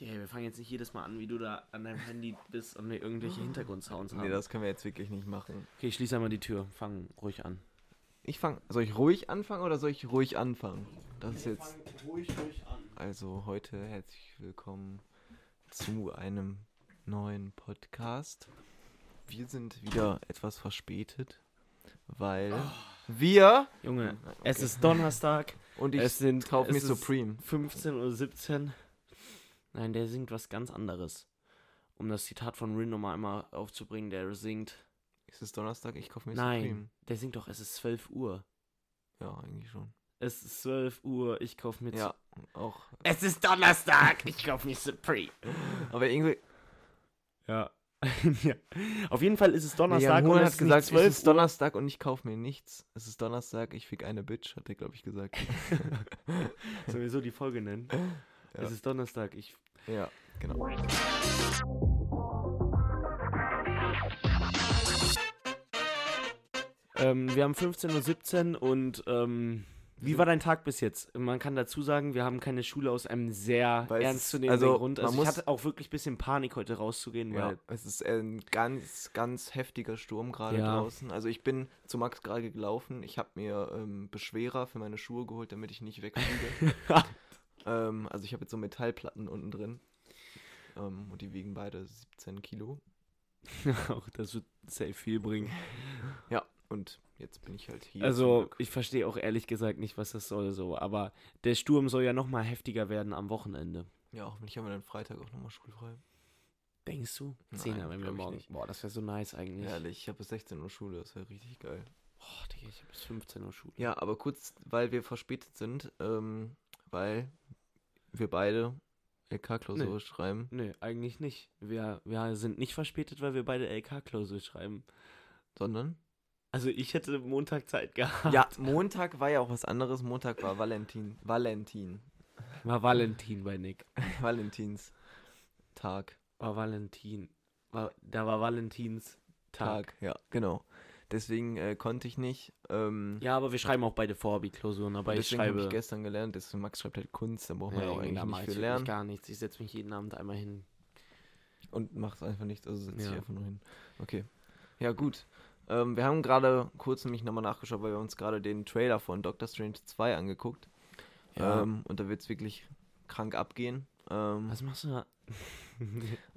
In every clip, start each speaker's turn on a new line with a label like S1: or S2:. S1: Digga, wir fangen jetzt nicht jedes Mal an, wie du da an deinem Handy bist und mir irgendwelche Hintergrundsounds haben.
S2: Nee, das können wir jetzt wirklich nicht machen.
S1: okay, ich schließe einmal die Tür. Fang ruhig an.
S2: Ich fang, soll ich ruhig anfangen oder soll ich ruhig anfangen? Das ist jetzt
S1: ruhig, ruhig an.
S2: also heute herzlich willkommen zu einem neuen Podcast. Wir sind wieder etwas verspätet, weil
S1: Ah.
S2: wir
S1: Junge, es ist Donnerstag,
S2: und ich
S1: Es sind-
S2: kauf mir
S1: es ist-
S2: Supreme.
S1: 15.17 Uhr. Nein, der singt was ganz anderes. Um das Zitat von Rin nochmal einmal aufzubringen, der singt.
S2: Ist es Donnerstag? Ich kaufe mir Supreme.
S1: Nein, der singt doch, es ist 12 Uhr.
S2: Ja, eigentlich schon.
S1: Es ist 12 Uhr, ich kauf mir.
S2: Ja, auch.
S1: Es ist Donnerstag, ich kauf mir Supreme.
S2: Aber irgendwie
S1: Ja. ja. Auf jeden Fall ist es Donnerstag
S2: Donnerstag
S1: und
S2: Hohen
S1: es
S2: hat
S1: ist
S2: gesagt,
S1: gesagt,
S2: es ist
S1: 12 Uhr.
S2: Donnerstag und ich kaufe mir nichts. Es ist Donnerstag, ich fick eine Bitch, hat er, glaube ich, gesagt.
S1: Sollen wir so die Folge nennen? Es ist Donnerstag, ich.
S2: ja, genau.
S1: Ähm, wir haben 15.17 Uhr und ähm, wie war dein Tag bis jetzt? Man kann dazu sagen, wir haben keine Schule aus einem sehr
S2: Weil es-
S1: ernstzunehmenden
S2: also,
S1: Grund.
S2: man
S1: Also ich
S2: muss-
S1: hatte auch wirklich ein bisschen Panik, heute rauszugehen,
S2: Ja,
S1: weil
S2: es ist ein ganz, ganz heftiger Sturm gerade
S1: Ja.
S2: draußen. Also ich bin zu Max gerade gelaufen. Ich habe mir ähm, Beschwerer für meine Schuhe geholt, damit ich nicht wegfliege. ähm, also ich habe jetzt so Metallplatten unten drin. Ähm, und die wiegen beide 17 Kilo.
S1: auch das wird safe viel bringen.
S2: Ja, und jetzt bin ich halt hier. zum
S1: Also
S2: Glück.
S1: ich verstehe auch ehrlich gesagt nicht, was das soll so. Aber der Sturm soll ja nochmal heftiger werden am Wochenende.
S2: ja, hoffentlich haben wir dann Freitag auch nochmal schulfrei.
S1: Denkst du?
S2: Nein,
S1: Zehner, wenn wir
S2: glaub ich
S1: morgen.
S2: nicht.
S1: Boah, das wäre so nice eigentlich.
S2: Ehrlich, ich habe bis 16 Uhr Schule, das wäre richtig geil.
S1: Boah, Digga, ich habe bis 15 Uhr Schule.
S2: Ja, aber kurz, weil wir verspätet sind, ähm, weil wir beide LK-Klausur
S1: Nee.
S2: schreiben.
S1: Nö, eigentlich nicht. Wir, wir sind nicht verspätet, weil wir beide LK-Klausel schreiben.
S2: Sondern?
S1: Also ich hätte Montag Zeit gehabt.
S2: Ja, Montag war ja auch was anderes. Montag war Valentin. Valentin.
S1: War Valentin bei Nick.
S2: Valentins. Tag.
S1: War Valentin. War, da war Valentins Tag.
S2: Tag. Ja, genau. Deswegen äh, konnte ich nicht. Ähm,
S1: Ja, aber wir schreiben auch beide Vorbi-Klausuren, aber ich
S2: deswegen habe ich
S1: schreibe.
S2: gestern gelernt. Deswegen Max schreibt halt Kunst. Da braucht man ja, auch
S1: Deswegen,
S2: eigentlich
S1: da mach
S2: nicht
S1: ich
S2: viel
S1: wirklich
S2: lernen.
S1: gar nichts. Ich setze mich jeden Abend einmal hin.
S2: Und macht einfach nichts, also setzt sich
S1: Ja.
S2: einfach nur hin. Okay. Ja, gut. Ähm, wir haben gerade kurz nämlich nochmal nachgeschaut, weil wir uns gerade den Trailer von Doctor Strange 2 angeguckt.
S1: Ja.
S2: Ähm, und da wird es wirklich krank abgehen. Ähm,
S1: Was machst du da?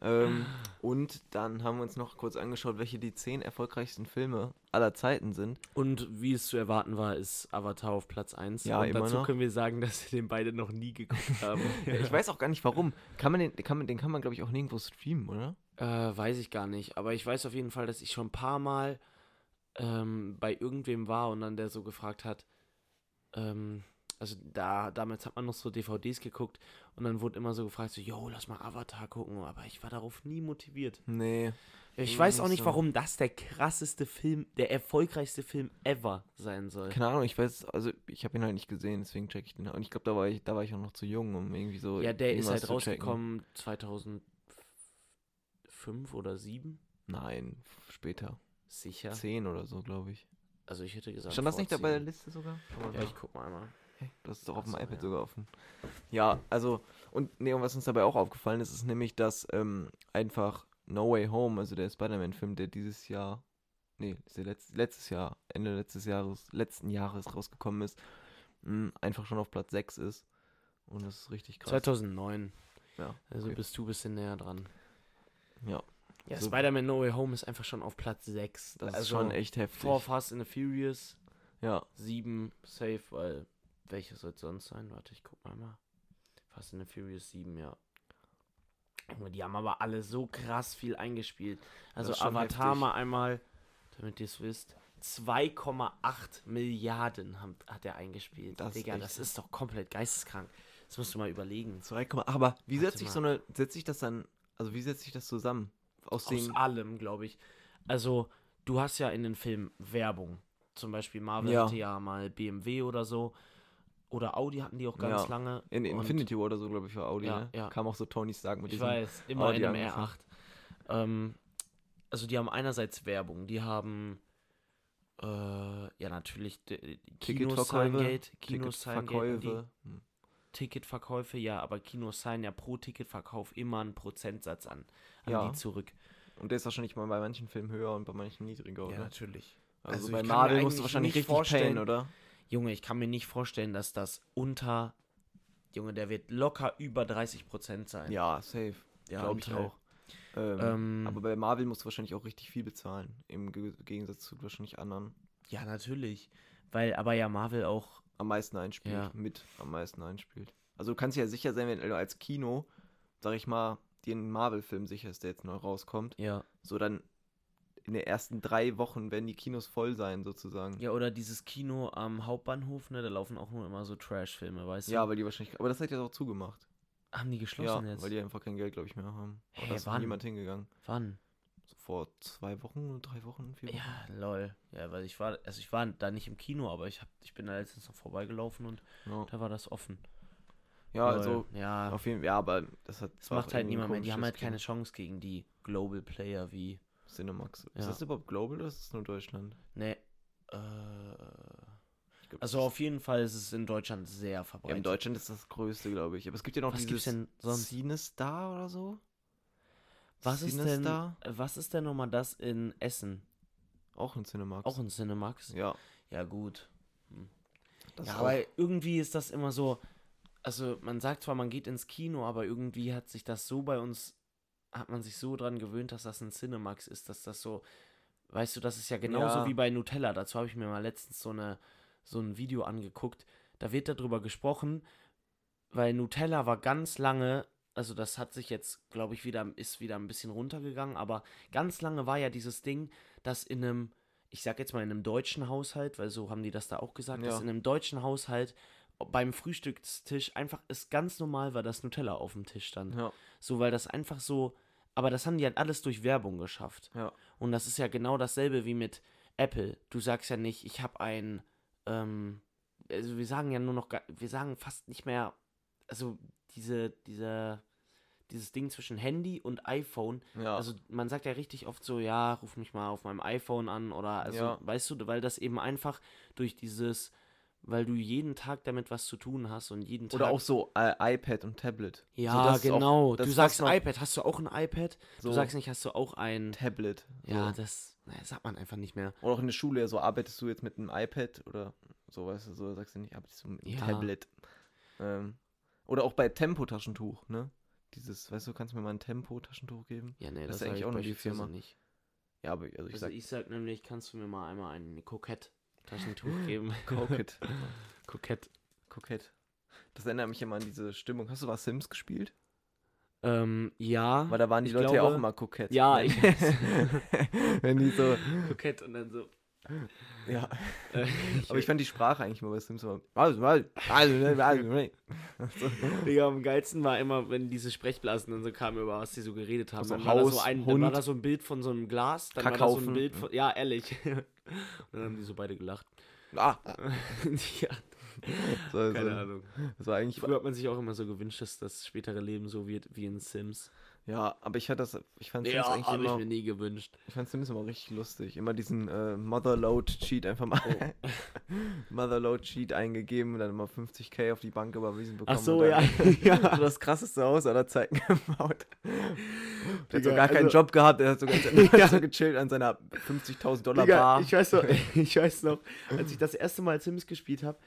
S2: ähm, und dann haben wir uns noch kurz angeschaut, welche die zehn erfolgreichsten Filme aller Zeiten sind.
S1: Und wie es zu erwarten war, ist Avatar auf Platz 1.
S2: Ja,
S1: und
S2: immer
S1: dazu
S2: noch.
S1: können wir sagen, dass wir den beide noch nie geguckt haben.
S2: Ich weiß auch gar nicht warum. Kann man den, kann man, den kann man, glaube ich, auch nirgendwo streamen, oder?
S1: Äh, weiß ich gar nicht. Aber ich weiß auf jeden Fall, dass ich schon ein paar Mal ähm, bei irgendwem war und dann der so gefragt hat, ähm, also da, damals hat man noch so DVDs geguckt und dann wurde immer so gefragt, so, yo, lass mal Avatar gucken, aber ich war darauf nie motiviert.
S2: Nee.
S1: Ich
S2: Ja,
S1: weiß auch
S2: ist
S1: nicht,
S2: so.
S1: warum das der krasseste Film, der erfolgreichste Film ever sein soll.
S2: Keine Ahnung, ich weiß, also ich habe ihn halt nicht gesehen, deswegen check ich den. Und ich glaube, da war ich, da war ich auch noch zu jung, um irgendwie so.
S1: Ja, der ist
S2: irgendwas
S1: halt
S2: zu checken.
S1: rausgekommen 2005 oder 7
S2: Nein, später.
S1: sicher.
S2: Zehn oder so, glaube ich.
S1: Also ich hätte gesagt.
S2: Stand das
S1: vor
S2: nicht da bei der
S1: 10.
S2: Liste sogar?
S1: Ja, ich guck mal einmal.
S2: Hey, das ist doch auf dem
S1: Ach so,
S2: iPad
S1: ja.
S2: sogar offen. Ja, also, und, nee, und was uns dabei auch aufgefallen ist, ist nämlich, dass ähm, einfach No Way Home, also der Spider-Man-Film, der dieses Jahr, nee, ist der letzt, letztes Jahr, Ende letztes Jahres, letzten Jahres rausgekommen ist, mh, einfach schon auf Platz 6 ist. Und das ist richtig krass.
S1: 2009.
S2: Ja,
S1: Also
S2: okay.
S1: bist du ein bisschen näher dran.
S2: Ja.
S1: Ja,
S2: So-
S1: Spider-Man No Way Home ist einfach schon auf Platz 6.
S2: Das ist schon echt heftig.
S1: Also Vor Fast and the Furious
S2: ja,
S1: 7 safe, weil welches soll es sonst sein? Warte, ich guck mal einmal. Fast and the Furious 7, ja. Junge, Die haben aber alle so krass viel eingespielt. Also
S2: ist schon
S1: Avatar
S2: heftig.
S1: mal einmal, damit ihr es wisst. 2,8 Milliarden haben, hat er eingespielt.
S2: Das ist
S1: Digga,
S2: echt-
S1: das ist doch komplett geisteskrank. Das musst du mal überlegen.
S2: 2,8. Aber wie setze
S1: Warte
S2: ich so eine, setze ich das dann, also wie setze ich das zusammen? Aus,
S1: aus
S2: den,
S1: allem, glaube ich. Also, du hast ja in den Filmen Werbung. Zum Beispiel Marvel
S2: Ja.
S1: hatte ja mal BMW oder so. Oder Audi hatten die auch ganz
S2: Ja.
S1: lange.
S2: in
S1: Und
S2: Infinity War oder so, glaube ich, war Audi,
S1: Ja,
S2: ne?
S1: ja.
S2: Kam auch so Tony Stark mit
S1: Ich
S2: diesem
S1: weiß, immer
S2: Audi
S1: in einem
S2: angefangen.
S1: R8. Ähm, also, die haben einerseits Werbung. Die haben. Äh, ja, natürlich. d- Kinos
S2: Ticketverkäufe,
S1: Signgate, Kinos Signgate und die-
S2: Ticketverkäufe. Hm.
S1: Ticketverkäufe, ja, aber Kinos zahlen ja pro Ticketverkauf immer einen Prozentsatz an, an
S2: Ja.
S1: die zurück.
S2: Und der ist wahrscheinlich mal bei manchen Filmen höher und bei manchen niedriger, oder?
S1: natürlich.
S2: Also,
S1: Also
S2: bei
S1: ich kann mir
S2: Marvel musst du
S1: eigentlich
S2: wahrscheinlich
S1: nicht
S2: richtig payen,
S1: vorstellen-
S2: oder?
S1: Junge, ich kann mir nicht vorstellen, dass das unter. Junge, der wird locker über 30% sein.
S2: Ja, safe. glaub ich
S1: unter-
S2: auch. Ähm,
S1: Ähm,
S2: aber bei Marvel musst du wahrscheinlich auch richtig viel bezahlen. Im Ge Gegensatz zu wahrscheinlich anderen.
S1: Ja, natürlich. Weil aber ja Marvel auch.
S2: Am meisten einspielt.
S1: Ja.
S2: Mit am meisten einspielt. Also du kannst ja sicher sein, wenn du als Kino, sag ich mal, dir einen Marvel-Film sicherst, der jetzt neu rauskommt,
S1: Ja.
S2: so dann in den ersten drei Wochen werden die Kinos voll sein, sozusagen.
S1: Ja, oder dieses Kino am Hauptbahnhof, ne? Da laufen auch nur immer so Trash-Filme, weißt
S2: Ja,
S1: du?
S2: weil die wahrscheinlich. Aber das hat jetzt auch zugemacht.
S1: Haben die
S2: Ja,
S1: geschlossen jetzt?
S2: weil die einfach kein Geld, glaube ich, mehr haben.
S1: Hä,
S2: da ist noch
S1: wann?
S2: niemand hingegangen.
S1: Wann?
S2: So vor zwei Wochen, drei Wochen, vier Wochen.
S1: Ja, lol. Ja, weil ich war, also ich war da nicht im Kino, aber ich hab, ich bin da letztens noch vorbeigelaufen und
S2: Ja,
S1: da war das offen.
S2: ja
S1: Lol.
S2: also
S1: Ja,
S2: Auf jeden Fall, ja, aber das hat.
S1: das
S2: war
S1: macht
S2: auch
S1: halt
S2: irgendwie ein
S1: niemand mehr. Die haben halt
S2: komisches
S1: keine Chance gegen die Global Player wie.
S2: Kino. Cinemax. Ist
S1: Ja.
S2: das überhaupt global oder ist das nur Deutschland?
S1: Ne. Äh.
S2: Ich glaub,
S1: Also
S2: das
S1: auf jeden Fall ist es in Deutschland sehr
S2: ist, ja,
S1: verbreitet.
S2: in Deutschland ist das größte, glaube ich. Aber es gibt ja noch
S1: was gibt's
S2: dieses
S1: denn sonst?
S2: Cinestar oder so.
S1: Was ist denn, äh,
S2: Cinestar?
S1: was ist denn nochmal das in Essen?
S2: Auch ein Cinemax.
S1: Auch in Cinemax? Ja,
S2: ja,
S1: gut.
S2: das
S1: ja,
S2: ist
S1: aber irgendwie ist das immer so, also man sagt zwar, man geht ins Kino, aber irgendwie hat sich das so bei uns, hat man sich so dran gewöhnt, dass das ein Cinemax ist, dass das so, weißt du, das ist ja genauso
S2: Ja.
S1: wie bei Nutella. Dazu habe ich mir mal letztens so, eine, so ein Video angeguckt. Da wird darüber gesprochen, weil Nutella war ganz lange, also das hat sich jetzt, glaube ich, wieder, ist wieder ein bisschen runtergegangen, aber ganz lange war ja dieses Ding, dass in einem, ich sag jetzt mal in einem deutschen Haushalt, weil so haben die das da auch gesagt,
S2: Ja.
S1: dass in einem deutschen Haushalt beim Frühstückstisch einfach es ganz normal war, dass Nutella auf dem Tisch stand.
S2: Ja,
S1: So, weil das einfach so, aber das haben die halt alles durch Werbung geschafft.
S2: ja.
S1: Und das ist ja genau dasselbe wie mit Apple. Du sagst ja nicht, ich habe ein, ähm, also wir sagen ja nur noch, ga- wir sagen fast nicht mehr, also diese, diese, dieses Ding zwischen Handy und iPhone,
S2: ja.
S1: also man sagt ja richtig oft so, ja, ruf mich mal auf meinem iPhone an oder also,
S2: Ja.
S1: weißt du, weil das eben einfach durch dieses, weil du jeden Tag damit was zu tun hast und jeden Tag.
S2: oder auch so äh, iPad und Tablet. so,
S1: ja,
S2: das ist auch-
S1: genau.
S2: das
S1: du
S2: ist
S1: sagst
S2: fast noch-
S1: iPad, hast du auch ein iPad?
S2: So
S1: Du sagst nicht, hast du auch ein.
S2: Tablet.
S1: Ja,
S2: So.
S1: das, naja, sagt man einfach nicht mehr.
S2: Oder auch in der Schule, ja, so arbeitest du jetzt mit einem iPad oder so, weißt du, so sagst du nicht, arbeitest du mit einem
S1: Ja.
S2: Tablet. Ähm, oder auch bei Tempotaschentuch, ne? Dieses, weißt du, kannst du mir mal ein Tempotaschentuch geben?
S1: Ja, nee,
S2: Das
S1: das,
S2: ist
S1: sag
S2: eigentlich
S1: ich
S2: auch nur die
S1: beispielsweise
S2: Firma.
S1: nicht.
S2: Ja, aber also ich
S1: also
S2: sag
S1: ich sag nämlich, kannst du mir mal einmal ein Kokett-Taschentuch geben?
S2: Kokett.
S1: Kokett.
S2: Kokett. Das erinnert mich immer an diese Stimmung. Hast du mal Sims gespielt?
S1: Ähm, ja.
S2: Weil da waren die
S1: ich
S2: Leute ja
S1: glaube-
S2: auch immer kokett.
S1: Ja,
S2: Wenn-
S1: ich
S2: Wenn die so.
S1: Kokett und dann so.
S2: Ja.
S1: äh,
S2: Aber ich fand die Sprache eigentlich immer bei Sims immer. Also, also, also, also, nee.
S1: Digga, am geilsten war immer, wenn diese Sprechblasen dann so kamen, über was die so geredet haben.
S2: So
S1: dann, war da so
S2: Haus,
S1: ein,
S2: Hund.
S1: dann war da so ein Bild von so einem Glas, dann war da so
S2: Kackhaufen.
S1: ein Bild von. Ja, ehrlich. Und dann haben die so beide gelacht.
S2: Ah,
S1: ja, keine
S2: so, so,
S1: Ahnung.
S2: das war eigentlich.
S1: Früher hat man sich auch immer so gewünscht, dass das spätere Leben so wird wie in Sims.
S2: Ja, aber ich hatte das. Ich fand Sims
S1: Ja,
S2: eigentlich
S1: habe ich
S2: immer.
S1: mir nie gewünscht.
S2: Ich fand Sims immer richtig lustig. Immer diesen äh, Motherload-Cheat einfach mal.
S1: Oh.
S2: Motherload-Cheat eingegeben und dann immer 50k auf die Bank überwiesen bekommen.
S1: Ach so,
S2: und
S1: ja.
S2: dann
S1: ja.
S2: so das krasseste Haus aller Zeiten gebaut. Der hat so
S1: Digga,
S2: gar keinen
S1: also-
S2: Job gehabt, der hat so ganz
S1: Ja.
S2: so gechillt an seiner 50.000 Dollar
S1: Digga,
S2: Bar.
S1: ich weiß noch, ich weiß noch, als ich das erste Mal Sims gespielt habe,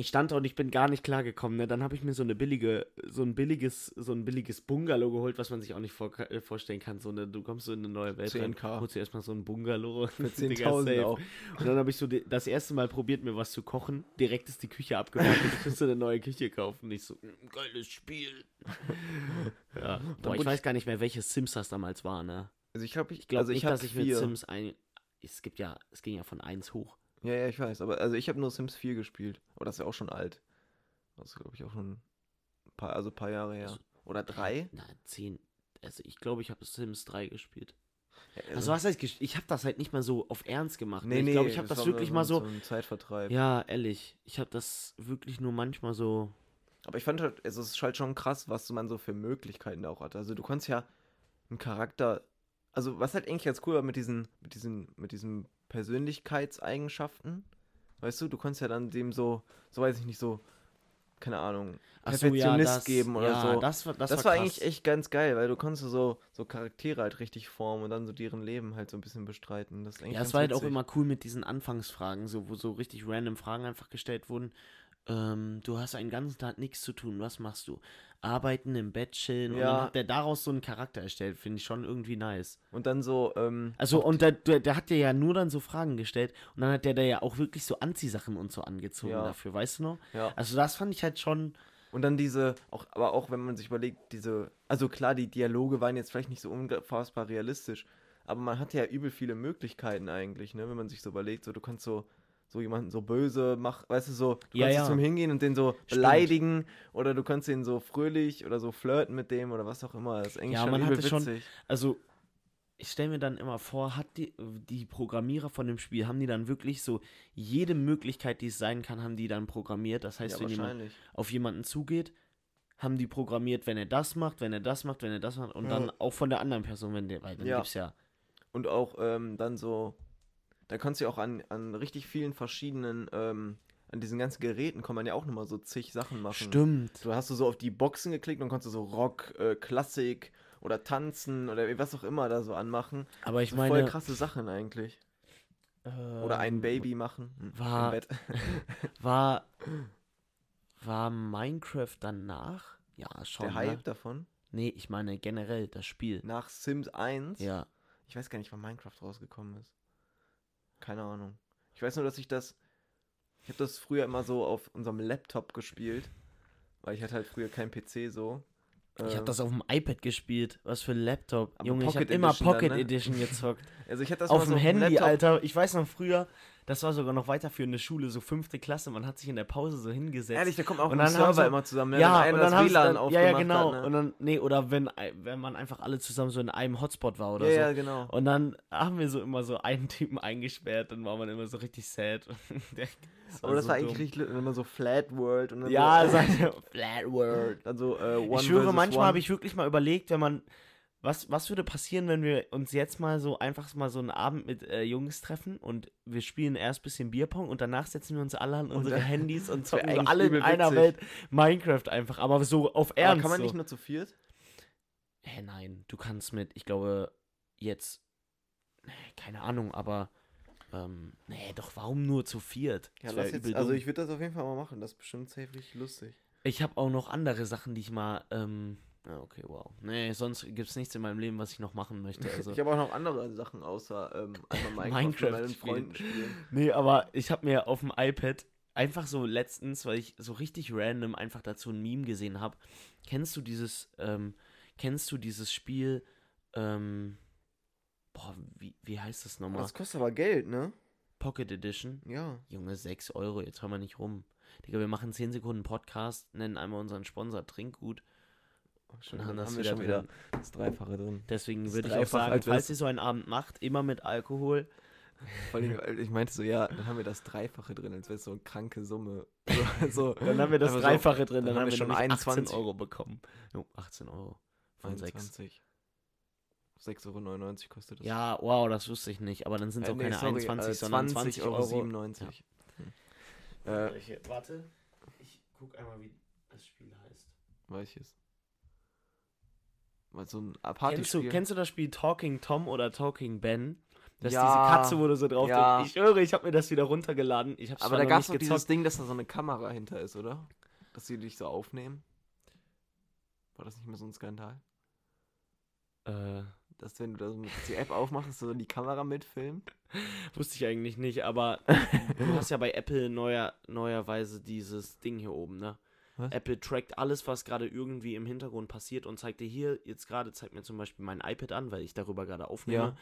S1: ich stand da und ich bin gar nicht klargekommen. Ne? Dann habe ich mir so eine billige, so ein billiges, so ein billiges Bungalow geholt, was man sich auch nicht vor, äh, vorstellen kann. So eine, du kommst so in eine neue Welt, rein,
S2: 10K.
S1: holst dir erstmal so ein Bungalow
S2: Für
S1: Digga,
S2: 10.000
S1: safe.
S2: auch.
S1: Und dann habe ich so die, das erste Mal probiert, mir was zu kochen. Direkt ist die Küche abgefahren. Ich musste eine neue Küche kaufen. Nicht so, "Mm, geiles Spiel. Ja. Boah,
S2: wurde
S1: ich weiß gar nicht mehr, welche Sims das damals war, ne?
S2: Also ich glaube, ich,
S1: Ich glaube
S2: also ich
S1: nicht,
S2: hab
S1: dass ich mit
S2: vier.
S1: Sims ein. Es gibt ja, es ging ja von 1 hoch.
S2: Ja, ja, ich weiß, aber also ich habe nur Sims 4 gespielt. Aber das ist ja auch schon alt. Das ist glaube ich auch schon ein paar, also ein paar Jahre her.
S1: Also-
S2: Oder drei?
S1: Na, 10. Also ich glaube, ich habe Sims 3 gespielt.
S2: Ja,
S1: Also was heißt, gesch- ich habe das halt nicht mal so auf ernst gemacht. ne?
S2: nee, nee,
S1: ich glaube, ich habe das
S2: war
S1: wirklich
S2: nur
S1: mal so.
S2: So ein Zeitvertreib.
S1: Ja, ehrlich, ich habe das wirklich nur manchmal so.
S2: Aber ich fand halt, also es ist halt schon krass, was man so für Möglichkeiten da auch hat. Also du konntest ja einen Charakter, also was halt eigentlich ganz cool war mit diesen, mit diesen, mit diesen Persönlichkeitseigenschaften, weißt du, du konntest ja dann dem so, so weiß ich nicht, so keine Ahnung,
S1: Ach so, ja,
S2: Perfektionist
S1: das-
S2: geben oder
S1: ja,
S2: so.
S1: Das war, das
S2: Das,
S1: war,
S2: war,
S1: krass.
S2: eigentlich echt ganz geil, weil du konntest so, so Charaktere halt richtig formen und dann so deren Leben halt so ein bisschen bestreiten. Das ist eigentlich
S1: Ja, es
S2: ganz
S1: war halt auch
S2: witzig.
S1: immer cool mit diesen Anfangsfragen, so, wo so richtig random Fragen einfach gestellt wurden. Ähm, du hast einen ganzen Tag nichts zu tun, was machst du? Arbeiten, im Bett chillen. Und dann
S2: Ja.
S1: hat der daraus so einen Charakter erstellt, finde ich schon irgendwie nice.
S2: Und dann so, ähm,
S1: Also, und der, der, der hat dir ja nur dann so Fragen gestellt und dann hat der da ja auch wirklich so Anziehsachen und so angezogen
S2: Ja.
S1: dafür, weißt du noch?
S2: ja.
S1: Also, das fand ich halt schon.
S2: Und dann diese, auch, aber auch wenn man sich überlegt, diese, also klar, die Dialoge waren jetzt vielleicht nicht so unfassbar realistisch, aber man hatte ja übel viele Möglichkeiten eigentlich, ne, wenn man sich so überlegt, so du kannst so, so jemanden so böse machen, weißt du, so, du
S1: Ja,
S2: kannst
S1: ja.
S2: zu ihm hingehen und den so beleidigen oder du kannst ihn so fröhlich oder so flirten mit dem oder was auch immer. Das ist eigentlich
S1: Ja,
S2: schon
S1: man
S2: übel
S1: hatte schon-
S2: witzig.
S1: Also, ich stelle mir dann immer vor, hat die, die Programmierer von dem Spiel, haben die dann wirklich so jede Möglichkeit, die es sein kann, haben die dann programmiert. Das heißt,
S2: ja,
S1: wenn jemand
S2: wahrscheinlich.
S1: auf jemanden zugeht, haben die programmiert, wenn er das macht, wenn er das macht, wenn er das macht und
S2: Ja.
S1: dann auch von der anderen Person, wenn der, weil dann
S2: Ja.
S1: gibt's ja.
S2: Und auch ähm, dann so, da kannst du ja auch an, an richtig vielen verschiedenen, ähm, an diesen ganzen Geräten kann man ja auch nochmal so zig Sachen machen.
S1: Stimmt.
S2: So hast du so auf die Boxen geklickt und konntest so Rock, äh, Klassik oder Tanzen oder was auch immer da so anmachen.
S1: Aber ich
S2: so
S1: meine.
S2: voll krasse Sachen eigentlich. Oder ein
S1: ähm,
S2: Baby machen. Hm,
S1: war-
S2: Im Bett.
S1: War. War Minecraft danach? Ja, schon.
S2: Der
S1: Ne?
S2: Hype davon.
S1: Nee, ich meine generell das Spiel.
S2: Nach Sims 1.
S1: Ja.
S2: Ich weiß gar nicht, wann Minecraft rausgekommen ist. Keine Ahnung. Ich weiß nur, dass ich das. Ich habe das früher immer so auf unserem Laptop gespielt. Weil ich hatte halt früher keinen PC so.
S1: Ich habe
S2: Ähm,
S1: das auf dem iPad gespielt. Was für ein Laptop.
S2: Aber
S1: Junge, ich habe
S2: Pocket
S1: immer
S2: Edition dann,
S1: Pocket
S2: ne?
S1: Edition gezockt.
S2: Also ich hatte das
S1: auf
S2: mal so
S1: dem Handy,
S2: Laptop.
S1: Alter. Ich weiß noch früher, das war sogar noch weiterführende Schule, so fünfte Klasse. Man hat sich in der Pause so hingesetzt.
S2: Ehrlich, da kommt auch
S1: Und
S2: ein
S1: dann haben
S2: Server
S1: sie-
S2: immer zusammen. ne?
S1: ja,
S2: Wenn
S1: und
S2: einer
S1: dann
S2: das
S1: haben sie
S2: WLAN
S1: dann, ja, ja,
S2: aufgemacht
S1: genau.
S2: Hat, ne?
S1: Und dann, nee, oder wenn, ein- wenn man einfach alle zusammen so in einem Hotspot war oder
S2: ja,
S1: so.
S2: ja, genau.
S1: Und dann haben wir so immer so einen Typen eingesperrt, dann war man immer so richtig sad. Der-
S2: Aber das
S1: so
S2: war
S1: dumm.
S2: eigentlich richtig, immer so Flat World und dann
S1: Ja,
S2: so,
S1: so Flat World.
S2: dann so äh, One
S1: Ich schwöre,
S2: versus
S1: manchmal
S2: One.
S1: habe ich wirklich mal überlegt, wenn man. Was, was würde passieren, wenn wir uns jetzt mal so einfach mal so einen Abend mit äh, Jungs treffen und wir spielen erst ein bisschen Bierpong und danach setzen wir uns alle an unsere
S2: dann-
S1: Handys und
S2: wär
S1: zocken so
S2: eigentlich
S1: alle in
S2: übel
S1: einer
S2: witzig.
S1: Welt Minecraft einfach, aber so auf
S2: Aber
S1: Ernst.
S2: kann man
S1: so.
S2: nicht nur zu viert?
S1: Hä, nein, du kannst mit, ich glaube, jetzt. Nee, Keine Ahnung, aber. Ähm, nee, doch, warum nur zu viert?
S2: Ja,
S1: Das wär
S2: lass jetzt,
S1: übel
S2: also
S1: dumm.
S2: ich würde das auf jeden Fall mal machen. Das ist bestimmt safe richtig lustig.
S1: Ich habe auch noch andere Sachen, die ich mal. Ähm, ja, okay, wow. Nee, sonst gibt es nichts in meinem Leben, was ich noch machen möchte. Also.
S2: Ich habe auch noch andere Sachen außer ähm, einfach Minecraft,
S1: Minecraft
S2: mit meinen
S1: spielen.
S2: Freunden spielen.
S1: nee, aber ich habe mir auf dem iPad einfach so letztens, weil ich so richtig random einfach dazu ein Meme gesehen habe. Kennst du dieses. Ähm, kennst du dieses Spiel. Ähm, boah, wie, wie heißt das nochmal?
S2: Das kostet aber Geld, ne?
S1: Pocket Edition.
S2: Ja.
S1: Junge, 6 Euro, jetzt hör mal nicht rum. Digga, wir machen 10 Sekunden Podcast, nennen einmal unseren Sponsor Trinkgut
S2: Oh,
S1: und
S2: schön,
S1: haben
S2: dann
S1: das
S2: haben wir
S1: wieder
S2: schon
S1: drin.
S2: wieder das Dreifache drin.
S1: Deswegen
S2: Das
S1: würde ich auch
S2: Dreifache,
S1: sagen,
S2: als wär's-
S1: falls ihr so einen Abend macht, immer mit Alkohol.
S2: Vor allem, weil ich meinte so, ja, dann haben wir das Dreifache drin, als wäre es so eine kranke Summe. So, so.
S1: Dann haben wir das
S2: Aber so,
S1: Dreifache drin, dann, haben wir schon
S2: schon
S1: 21
S2: 21.
S1: 18 Euro bekommen. Jo, 18 Euro von 6.
S2: 21. 6,99 Euro kostet das.
S1: Ja, wow, das wusste ich nicht, aber dann sind es
S2: Äh,
S1: auch
S2: nee,
S1: keine
S2: sorry,
S1: 21,
S2: äh,
S1: sondern 20 Euro.
S2: 97. Hm. Äh,
S1: Warte, ich guck einmal, wie das Spiel heißt.
S2: welches? Mal so ein
S1: Kennst du,
S2: Partyspiel.
S1: kennst du das Spiel Talking Tom oder Talking Ben? Das ist
S2: Ja.
S1: diese Katze, wo du so drauf
S2: Ja.
S1: drückst. Ich schwöre, ich habe mir das wieder runtergeladen. Ich hab's
S2: Aber
S1: zwar
S2: da
S1: noch
S2: gab es doch
S1: nicht
S2: dieses
S1: gezockt.
S2: Ding, dass da so eine Kamera hinter ist, oder? Dass sie dich so aufnehmen. War das nicht mehr so ein Skandal?
S1: Äh,
S2: Dass wenn du da so mit die App aufmachst, dass du so die Kamera mitfilmt?
S1: wusste ich eigentlich nicht, aber du hast ja bei Apple neuer, neuerweise dieses Ding hier oben, ne?
S2: Was?
S1: Apple trackt alles, was gerade irgendwie im Hintergrund passiert und zeigt dir hier, jetzt gerade zeigt mir zum Beispiel mein iPad an, weil ich darüber gerade aufnehme,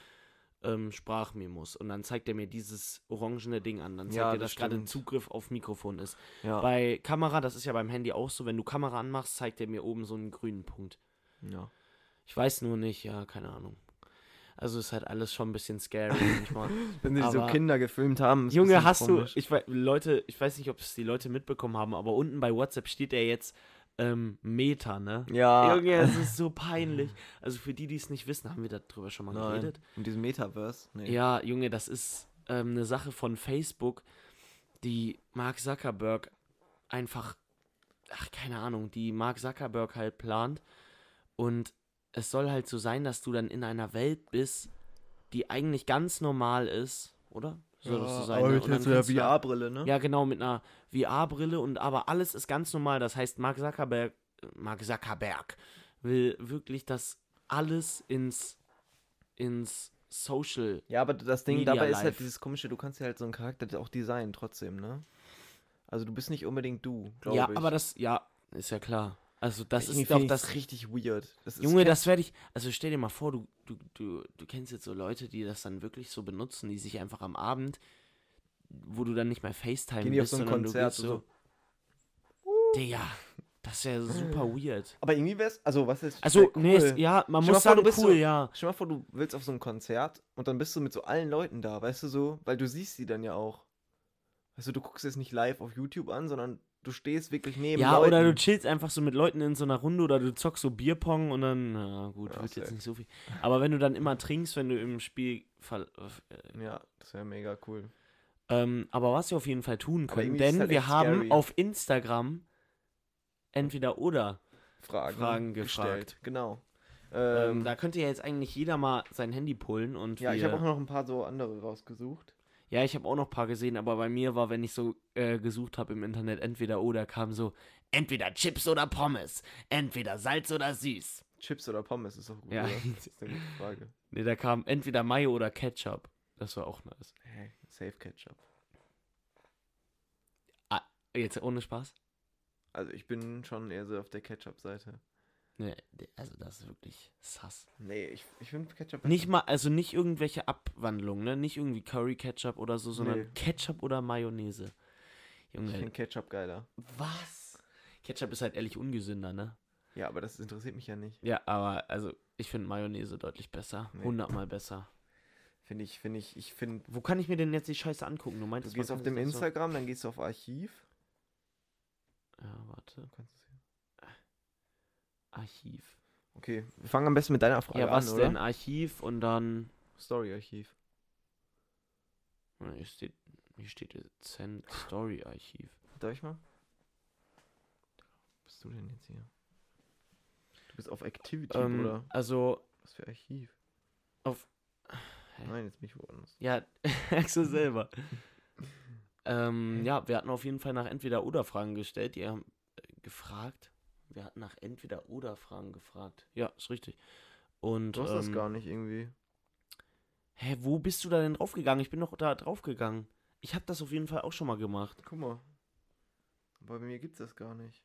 S1: ähm, Sprachmemos. Und dann zeigt er mir dieses orangene Ding an. Dann zeigt
S2: Ja,
S1: er,
S2: das
S1: dass gerade
S2: stimmt.
S1: Zugriff auf Mikrofon ist.
S2: Ja.
S1: Bei Kamera, das ist ja beim Handy auch so, wenn du Kamera anmachst, zeigt er mir oben so einen grünen Punkt.
S2: ja.
S1: Ich weiß nur nicht, ja, keine Ahnung. Also ist halt alles schon ein bisschen scary manchmal.
S2: Wenn sie so
S1: Aber-
S2: Kinder gefilmt haben. ist ein
S1: Junge,
S2: bisschen
S1: hast du,
S2: komisch.
S1: ich weiß, Leute, ich weiß nicht, ob es die Leute mitbekommen haben, aber unten bei WhatsApp steht ja jetzt ähm, Meta, ne?
S2: Ja.
S1: Junge, es ist so peinlich. Also für die, die es nicht wissen, haben wir darüber schon mal
S2: Nein.
S1: geredet.
S2: In diesem Metaverse? Nee.
S1: Ja, Junge, das ist ähm, eine Sache von Facebook, die Mark Zuckerberg einfach ach, keine Ahnung, die Mark Zuckerberg halt plant. Und es soll halt so sein, dass du dann in einer Welt bist, die eigentlich ganz normal ist, oder? Soll
S2: Ah,
S1: das so sein? ne? Und dann kannst du da-
S2: VR-Brille, ne?
S1: ja, genau, mit einer VR-Brille und aber alles ist ganz normal. Das heißt, Mark Zuckerberg, Mark Zuckerberg will wirklich, dass alles ins, ins Social.
S2: Ja, aber das Ding
S1: Media
S2: dabei ist halt
S1: Life.
S2: dieses komische, du kannst ja halt so einen Charakter auch designen trotzdem, ne? Also du bist nicht unbedingt du, glaube
S1: ja,
S2: ich.
S1: aber das, ja, ist ja klar. Also, das
S2: Irgendwie
S1: ist doch
S2: find ich's
S1: das.
S2: richtig weird. Das ist
S1: Junge,
S2: kein-
S1: das werde ich. Also, stell dir mal vor, du, du, du, du kennst jetzt so Leute, die das dann wirklich so benutzen, die sich einfach am Abend, wo du dann nicht mehr FaceTime
S2: Gehen die auf
S1: bist,
S2: so ein
S1: sondern
S2: Konzert
S1: du gehst so.
S2: und
S1: Digga, das wäre super weird.
S2: aber irgendwie wär's, also was ist
S1: Also,
S2: Äh, wär
S1: nee,
S2: cool.
S1: es- ja, man
S2: Stell
S1: muss
S2: mal vor,
S1: sagen,
S2: du
S1: cool,
S2: bist so-
S1: ja.
S2: Stell mal vor, du willst auf so ein Konzert und dann bist du mit so allen Leuten da, weißt du so, weil du siehst sie dann ja auch. Weißt du, du guckst es nicht live auf YouTube an, sondern du stehst wirklich neben
S1: Ja,
S2: Leuten.
S1: oder du chillst einfach so mit Leuten in so einer Runde oder du zockst so Bierpong und dann, na gut,
S2: Ja,
S1: wird jetzt
S2: safe.
S1: nicht so viel. Aber wenn du dann immer trinkst, wenn du im Spiel. Ver äh,
S2: Ja, das wäre mega cool.
S1: ähm, aber was wir auf jeden Fall tun
S2: Aber
S1: können,
S2: irgendwie ist es
S1: denn
S2: halt
S1: wir
S2: echt
S1: haben
S2: scary.
S1: auf Instagram entweder oder.
S2: Fragen,
S1: Fragen
S2: gestellt. Genau.
S1: Ähm,
S2: Ähm,
S1: da könnte ja jetzt eigentlich jeder mal sein Handy pullen und
S2: ja,
S1: wir,
S2: ich habe auch noch ein paar so andere rausgesucht.
S1: ja, ich habe auch noch ein paar gesehen, aber bei mir war, wenn ich so äh, gesucht habe im Internet, entweder oder kam so, entweder Chips oder Pommes, entweder Salz oder Süß.
S2: Chips oder Pommes ist doch gut.
S1: Ja.
S2: Oder? Das ist eine gute Frage.
S1: Nee, da kam entweder Mayo oder Ketchup. Das war auch nice.
S2: Hey, Safe Ketchup.
S1: Jetzt ohne Spaß?
S2: Also ich bin schon eher so auf der Ketchup-Seite.
S1: Nee, also das ist wirklich sass.
S2: Nee, ich, ich finde Ketchup.
S1: Nicht mal, also nicht irgendwelche Abwandlungen, ne? Nicht irgendwie Curry Ketchup oder so, sondern
S2: Nee.
S1: Ketchup oder Mayonnaise.
S2: Ich finde
S1: Junge,
S2: Ketchup geiler.
S1: was? Ketchup ist halt ehrlich ungesünder, ne?
S2: Ja, aber das interessiert mich ja nicht.
S1: Ja, aber also ich finde Mayonnaise deutlich besser.
S2: Nee.
S1: Hundertmal besser.
S2: Finde ich, finde ich, ich finde.
S1: Wo kann ich mir denn jetzt die Scheiße angucken? Du
S2: Du
S1: meintest, man
S2: gehst
S1: kann
S2: auf dem
S1: sich das so-
S2: Instagram, dann gehst du auf Archiv.
S1: Ja, warte.
S2: Du kannst es hier-
S1: Archiv.
S2: Okay, wir fangen am besten mit deiner Frage
S1: Ja, was
S2: an,
S1: denn?
S2: ne, oder?
S1: Archiv und dann.
S2: Story-Archiv.
S1: Hier steht, hier steht jetzt Send Story Archiv.
S2: Darf ich mal? Wo bist du denn jetzt hier? Du bist auf Activity,
S1: Ähm,
S2: oder?
S1: Also,
S2: Was für Archiv?
S1: auf- Hä?
S2: Nein, jetzt bin ich woanders.
S1: ja, merkst du selber. ähm, ja, wir hatten auf jeden Fall nach Entweder-Oder-Fragen gestellt. Ihr habt äh, gefragt. Wir hatten nach Entweder-Oder-Fragen gefragt. Ja, ist richtig. Und,
S2: Du hast das
S1: ähm,
S2: gar nicht irgendwie.
S1: Hä, wo bist du da denn draufgegangen? Ich bin doch da draufgegangen. Ich habe das auf jeden Fall auch schon mal gemacht.
S2: Guck mal. Aber bei mir gibt's das gar nicht.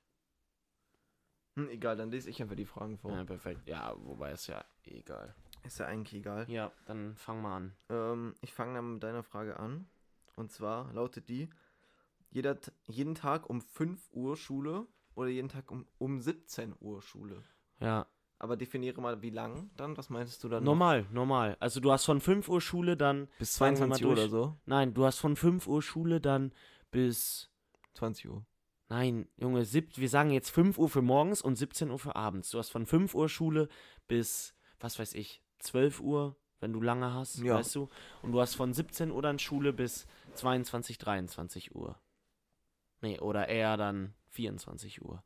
S2: Hm, egal, dann lese ich einfach die Fragen vor.
S1: Ja, perfekt. Ja, wobei ist ja egal.
S2: Ist ja eigentlich egal.
S1: Ja, dann fang mal an.
S2: Ähm, ich fange dann mit deiner Frage an. Und zwar lautet die: jeder, T- jeden Tag um 5 Uhr Schule oder jeden Tag um, um 17 Uhr Schule.
S1: Ja,
S2: Aber definiere mal, wie lang dann? Was meinst du dann? noch?
S1: normal, normal. Also du hast von 5 Uhr Schule dann
S2: Bis
S1: Sagen wir mal
S2: 22 Uhr oder
S1: durch.
S2: so?
S1: Nein, du hast von 5 Uhr Schule dann bis.
S2: 20 Uhr.
S1: Nein, Junge, sieb, wir sagen jetzt 5 Uhr für morgens und 17 Uhr für abends. Du hast von 5 Uhr Schule bis, was weiß ich, 12 Uhr, wenn du lange hast,
S2: Ja.
S1: weißt du? Und du hast von 17 Uhr dann Schule bis 22, 23 Uhr. Nee, oder eher dann 24 Uhr.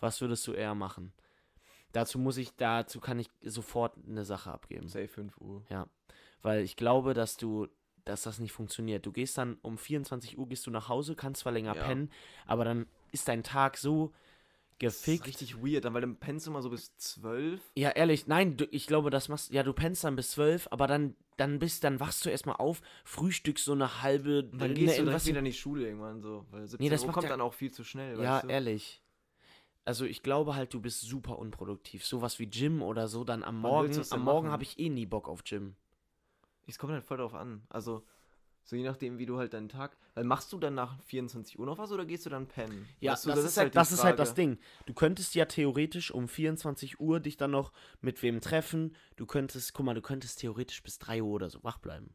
S1: Was würdest du eher machen? Dazu muss ich, dazu kann ich sofort eine Sache abgeben.
S2: Say 5 Uhr.
S1: Weil ich glaube, dass du, dass das nicht funktioniert. Du gehst dann um 24 Uhr gehst du nach Hause, kannst zwar länger
S2: Ja.
S1: pennen, aber dann ist dein Tag so
S2: Das ist
S1: gefickt.
S2: richtig weird, dann, weil dann pennst du mal so bis 12.
S1: Ja, ehrlich, nein, du, ich glaube, das machst ja, du pennst dann bis zwölf, aber dann, dann bist, dann wachst du erstmal auf, frühstückst so eine halbe,
S2: Und dann
S1: ne,
S2: gehst du
S1: was-
S2: direkt wieder in die Schule irgendwann so. Weil 17
S1: das
S2: Uhr
S1: macht
S2: kommt
S1: ja-
S2: dann auch viel zu schnell,
S1: Ja,
S2: weißt du?
S1: ehrlich. Also ich glaube halt, du bist super unproduktiv. Sowas wie Gym oder so, dann am
S2: Wann willst
S1: Morgen,
S2: du's denn
S1: am Morgen
S2: machen?
S1: habe ich eh nie Bock auf Gym.
S2: Es kommt halt voll drauf an. Also, so je nachdem, wie du halt deinen Tag. Weil machst du dann nach 24 Uhr noch was oder gehst du dann pennen?
S1: Ja,
S2: Weißt du,
S1: das, ist, halt,
S2: die
S1: das ist halt das
S2: Frage.
S1: Ding. Du könntest ja theoretisch um 24 Uhr dich dann noch mit wem treffen. Du könntest, guck mal, du könntest theoretisch bis 3 Uhr oder so wach bleiben.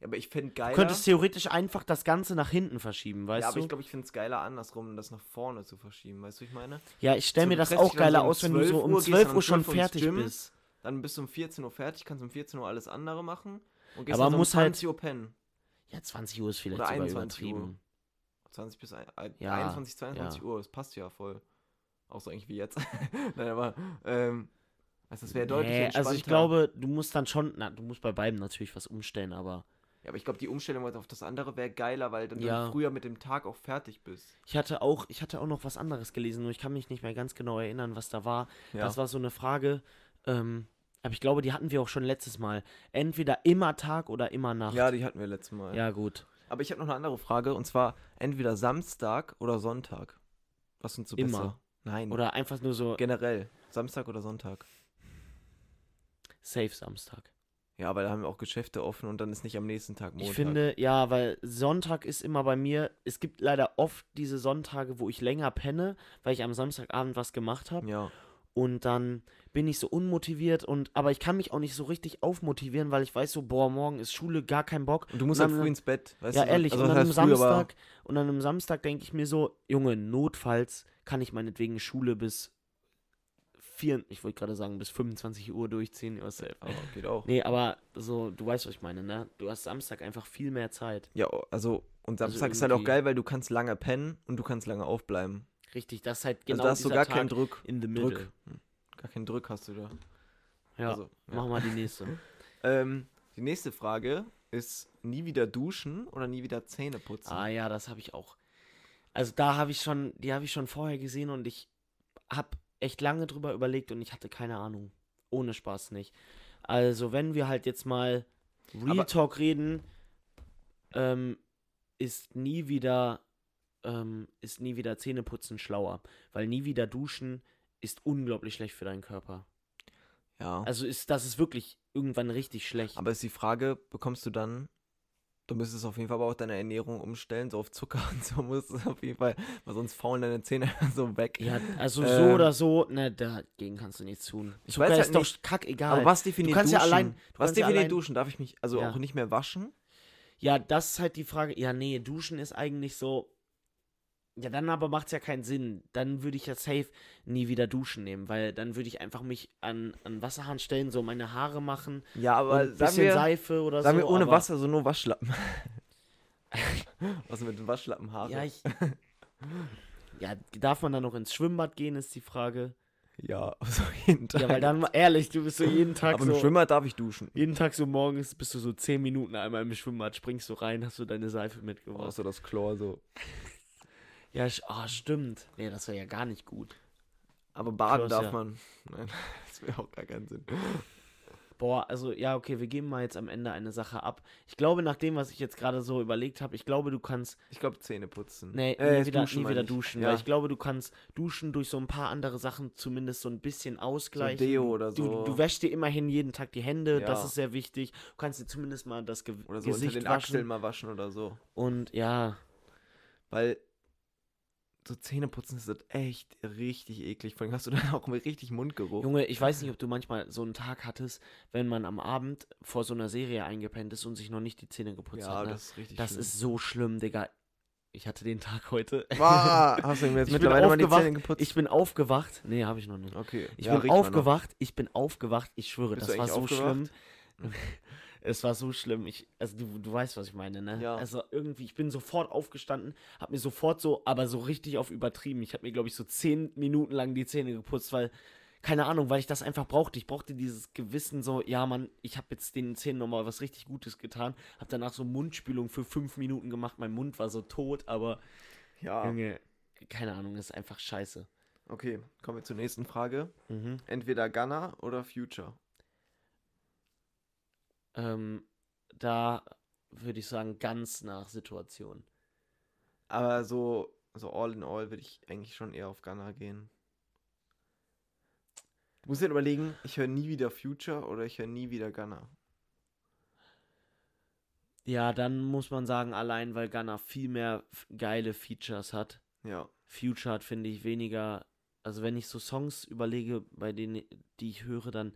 S2: Ja, aber ich finde
S1: Du
S2: geiler.
S1: könntest theoretisch einfach das Ganze nach hinten verschieben, weißt
S2: ja, aber
S1: du?
S2: ich glaube, ich finde es geiler andersrum, das nach vorne zu verschieben. Weißt du, ich meine?
S1: ja, ich stelle
S2: so,
S1: mir
S2: du
S1: das
S2: treffst
S1: auch
S2: dich dann so
S1: geiler
S2: um
S1: aus, wenn du
S2: 12
S1: so
S2: Uhr,
S1: um
S2: gehst
S1: 12
S2: dann
S1: Uhr
S2: um
S1: schon
S2: 5 Uhr ins
S1: fertig
S2: Gym.
S1: bist.
S2: Dann bist du um 14 Uhr fertig, kannst um 14 Uhr alles andere machen und gehst
S1: Aber
S2: dann so
S1: muss
S2: um
S1: halt-
S2: 20 Uhr pennen.
S1: Ja, 20 Uhr ist vielleicht
S2: Oder
S1: sogar
S2: 21 Uhr.
S1: übertrieben.
S2: 20 bis ein, äh,
S1: Ja,
S2: 21, 22
S1: ja.
S2: Uhr, das passt ja voll. Auch so eigentlich wie jetzt. Nein, aber, ähm, also das wäre deutlich
S1: Nee,
S2: entspannter.
S1: also ich glaube, du musst dann schon, na, du musst bei beiden natürlich was umstellen, aber
S2: Ja, aber ich glaube, die Umstellung auf das andere wäre geiler, weil dann
S1: Ja.
S2: du früher mit dem Tag auch fertig bist.
S1: ich hatte auch, ich hatte auch noch was anderes gelesen, nur ich kann mich nicht mehr ganz genau erinnern, was da war.
S2: Ja.
S1: Das war so eine Frage, ähm, aber ich glaube, die hatten wir auch schon letztes Mal. Entweder immer Tag oder immer Nacht.
S2: ja, die hatten wir letztes Mal.
S1: ja gut.
S2: Aber ich habe noch eine andere Frage und zwar entweder Samstag oder Sonntag. Was sind so
S1: Immer.
S2: besser? Nein,
S1: Oder einfach nur so
S2: generell. Samstag oder Sonntag.
S1: safe Samstag.
S2: Ja, aber da haben wir auch Geschäfte offen und dann ist nicht am nächsten Tag Montag.
S1: Ich finde, ja, weil Sonntag ist immer bei mir, es gibt leider oft diese Sonntage, wo ich länger penne, weil ich am Samstagabend was gemacht habe.
S2: Ja,
S1: und dann bin ich so unmotiviert und aber ich kann mich auch nicht so richtig aufmotivieren, weil ich weiß so, boah, morgen ist Schule, gar kein Bock.
S2: und du musst
S1: Und
S2: halt
S1: dann-
S2: früh ins Bett. Weißt
S1: Ja,
S2: du,
S1: ehrlich,
S2: also
S1: und
S2: was
S1: dann am
S2: heißt früh, aber-
S1: Samstag und dann am Samstag denke ich mir so, Junge, notfalls kann ich meinetwegen Schule bis vier, ich wollte gerade sagen, bis 25 Uhr durchziehen yourself.
S2: Aber geht auch.
S1: Nee, aber so, du weißt, was ich meine, ne? Du hast Samstag einfach viel mehr Zeit.
S2: Ja, also und
S1: Also
S2: Samstag ist halt auch
S1: irgendwie-
S2: geil, weil du kannst lange pennen und du kannst lange aufbleiben.
S1: Richtig, das ist halt genau
S2: also da hast du
S1: dieser
S2: gar
S1: Tag
S2: keinen Druck.
S1: in the middle.
S2: Druck. Hm. Gar keinen Druck hast du da.
S1: Ja,
S2: Also, ja.
S1: mach mal die nächste.
S2: Ähm, die nächste Frage ist nie wieder duschen oder nie wieder Zähne putzen.
S1: Ah ja, das habe ich auch. Also da habe ich schon, die habe ich schon vorher gesehen und ich habe echt lange drüber überlegt und ich hatte keine Ahnung. Ohne Spaß nicht. Also wenn wir halt jetzt mal Real
S2: Aber-
S1: Talk reden, ähm, ist nie wieder ähm, ist nie wieder Zähneputzen schlauer, weil nie wieder duschen ist unglaublich schlecht für deinen Körper.
S2: ja.
S1: Also ist das ist wirklich irgendwann richtig schlecht.
S2: Aber ist die Frage, bekommst du dann, du müsstest auf jeden Fall aber auch deine Ernährung umstellen, so auf Zucker und so musst du es auf jeden Fall, weil sonst faulen deine Zähne so weg.
S1: ja, also so
S2: Ähm,
S1: oder so, ne, dagegen kannst du nichts tun.
S2: Ich
S1: Zucker
S2: weiß halt
S1: ist doch
S2: nicht-
S1: kackegal.
S2: aber was definiert
S1: kannst ja
S2: duschen?
S1: allein- du
S2: was
S1: kannst ja
S2: definiert
S1: allein-
S2: duschen? Darf ich mich also
S1: Ja.
S2: auch nicht mehr waschen?
S1: Ja, das ist halt die Frage. Ja, nee, duschen ist eigentlich so. Ja, dann aber macht es ja keinen Sinn. Dann würde ich ja safe nie wieder duschen nehmen, weil dann würde ich einfach mich an, an Wasserhahn stellen, so meine Haare machen.
S2: Ja,
S1: und
S2: aber
S1: ein bisschen
S2: sagen wir,
S1: Seife oder
S2: sagen
S1: so.
S2: wir ohne
S1: aber,
S2: Wasser, so nur Waschlappen. was mit den Waschlappenhaare?
S1: Ja, ich, ja, darf man dann noch ins Schwimmbad gehen, ist die Frage.
S2: ja so jeden Tag.
S1: Ja, weil dann, ehrlich, du bist so jeden Tag
S2: aber
S1: so.
S2: im Schwimmbad darf ich duschen.
S1: jeden Tag so morgens bist du so 10 Minuten einmal im Schwimmbad, springst du rein, hast du deine Seife mitgebracht.
S2: Außer das Chlor so.
S1: Ja, sch- ah, stimmt. Nee, das wäre ja gar nicht gut.
S2: Aber
S1: Chlor
S2: baden
S1: ist
S2: darf
S1: ja-
S2: man. Nein, das wäre auch gar keinen Sinn.
S1: Boah, also ja, okay, wir geben mal jetzt am Ende eine Sache ab. Ich glaube, nach dem, was ich jetzt gerade so überlegt habe, ich glaube, du kannst.
S2: Ich glaube, Zähne putzen.
S1: Nee,
S2: Äh,
S1: nie wieder
S2: duschen
S1: duschen, nie
S2: meine
S1: wieder
S2: ich.
S1: duschen
S2: Ja.
S1: weil ich glaube, du kannst duschen durch so ein paar andere Sachen zumindest so ein bisschen ausgleichen.
S2: Deo oder so.
S1: Du, du wäschst dir immerhin jeden Tag die Hände,
S2: Ja.
S1: das ist sehr wichtig. Du kannst dir zumindest mal das Ge
S2: Oder so
S1: Gesicht
S2: unter den Achseln
S1: waschen.
S2: mal waschen oder so.
S1: Und ja,
S2: Weil so Zähneputzen ist das echt richtig eklig. Vor allem hast du dann auch mal richtig Mundgeruch.
S1: Junge, ich weiß nicht, ob du manchmal so einen Tag hattest, wenn man am Abend vor so einer Serie eingepennt ist und sich noch nicht die Zähne geputzt
S2: ja,
S1: hat. Ne?
S2: das ist richtig
S1: Das
S2: schlimm.
S1: ist so schlimm, Digga. Ich hatte den Tag heute.
S2: Wah, hast du mir jetzt
S1: Ich bin
S2: mittlerweile mal die
S1: aufgewacht,
S2: Zähne geputzt?
S1: Ich bin aufgewacht. Nee, habe ich noch nicht.
S2: okay.
S1: Ich
S2: ja,
S1: bin
S2: riecht man noch.
S1: aufgewacht. Ich bin aufgewacht. Ich schwöre,
S2: Bist du
S1: das war
S2: eigentlich
S1: so schlimm.
S2: aufgewacht?
S1: es war so schlimm. Ich, also du, du weißt, was ich meine, ne?
S2: Ja.
S1: Also irgendwie, ich bin sofort aufgestanden, habe mir sofort so, aber so richtig auf übertrieben. Ich habe mir, glaube ich, so zehn Minuten lang die Zähne geputzt, weil keine Ahnung, weil ich das einfach brauchte. Ich brauchte dieses Gewissen so, ja, Mann, ich habe jetzt den Zähnen nochmal was richtig Gutes getan. Habe danach so Mundspülung für fünf Minuten gemacht. Mein Mund war so tot, aber
S2: Ja,
S1: Junge, keine Ahnung, ist einfach scheiße.
S2: okay. Kommen wir zur nächsten Frage.
S1: Mhm.
S2: Entweder Gunner oder Future.
S1: Ähm, da würde ich sagen, ganz nach Situation.
S2: Aber so, so all in all würde ich eigentlich schon eher auf Gunner gehen. Du musst dir halt überlegen, ich höre nie wieder Future oder ich höre nie wieder Gunner.
S1: Ja, dann muss man sagen, allein weil Gunner viel mehr f- geile Features hat.
S2: Ja.
S1: Future hat, finde ich, weniger. Also, wenn ich so Songs überlege, bei denen, die ich höre, dann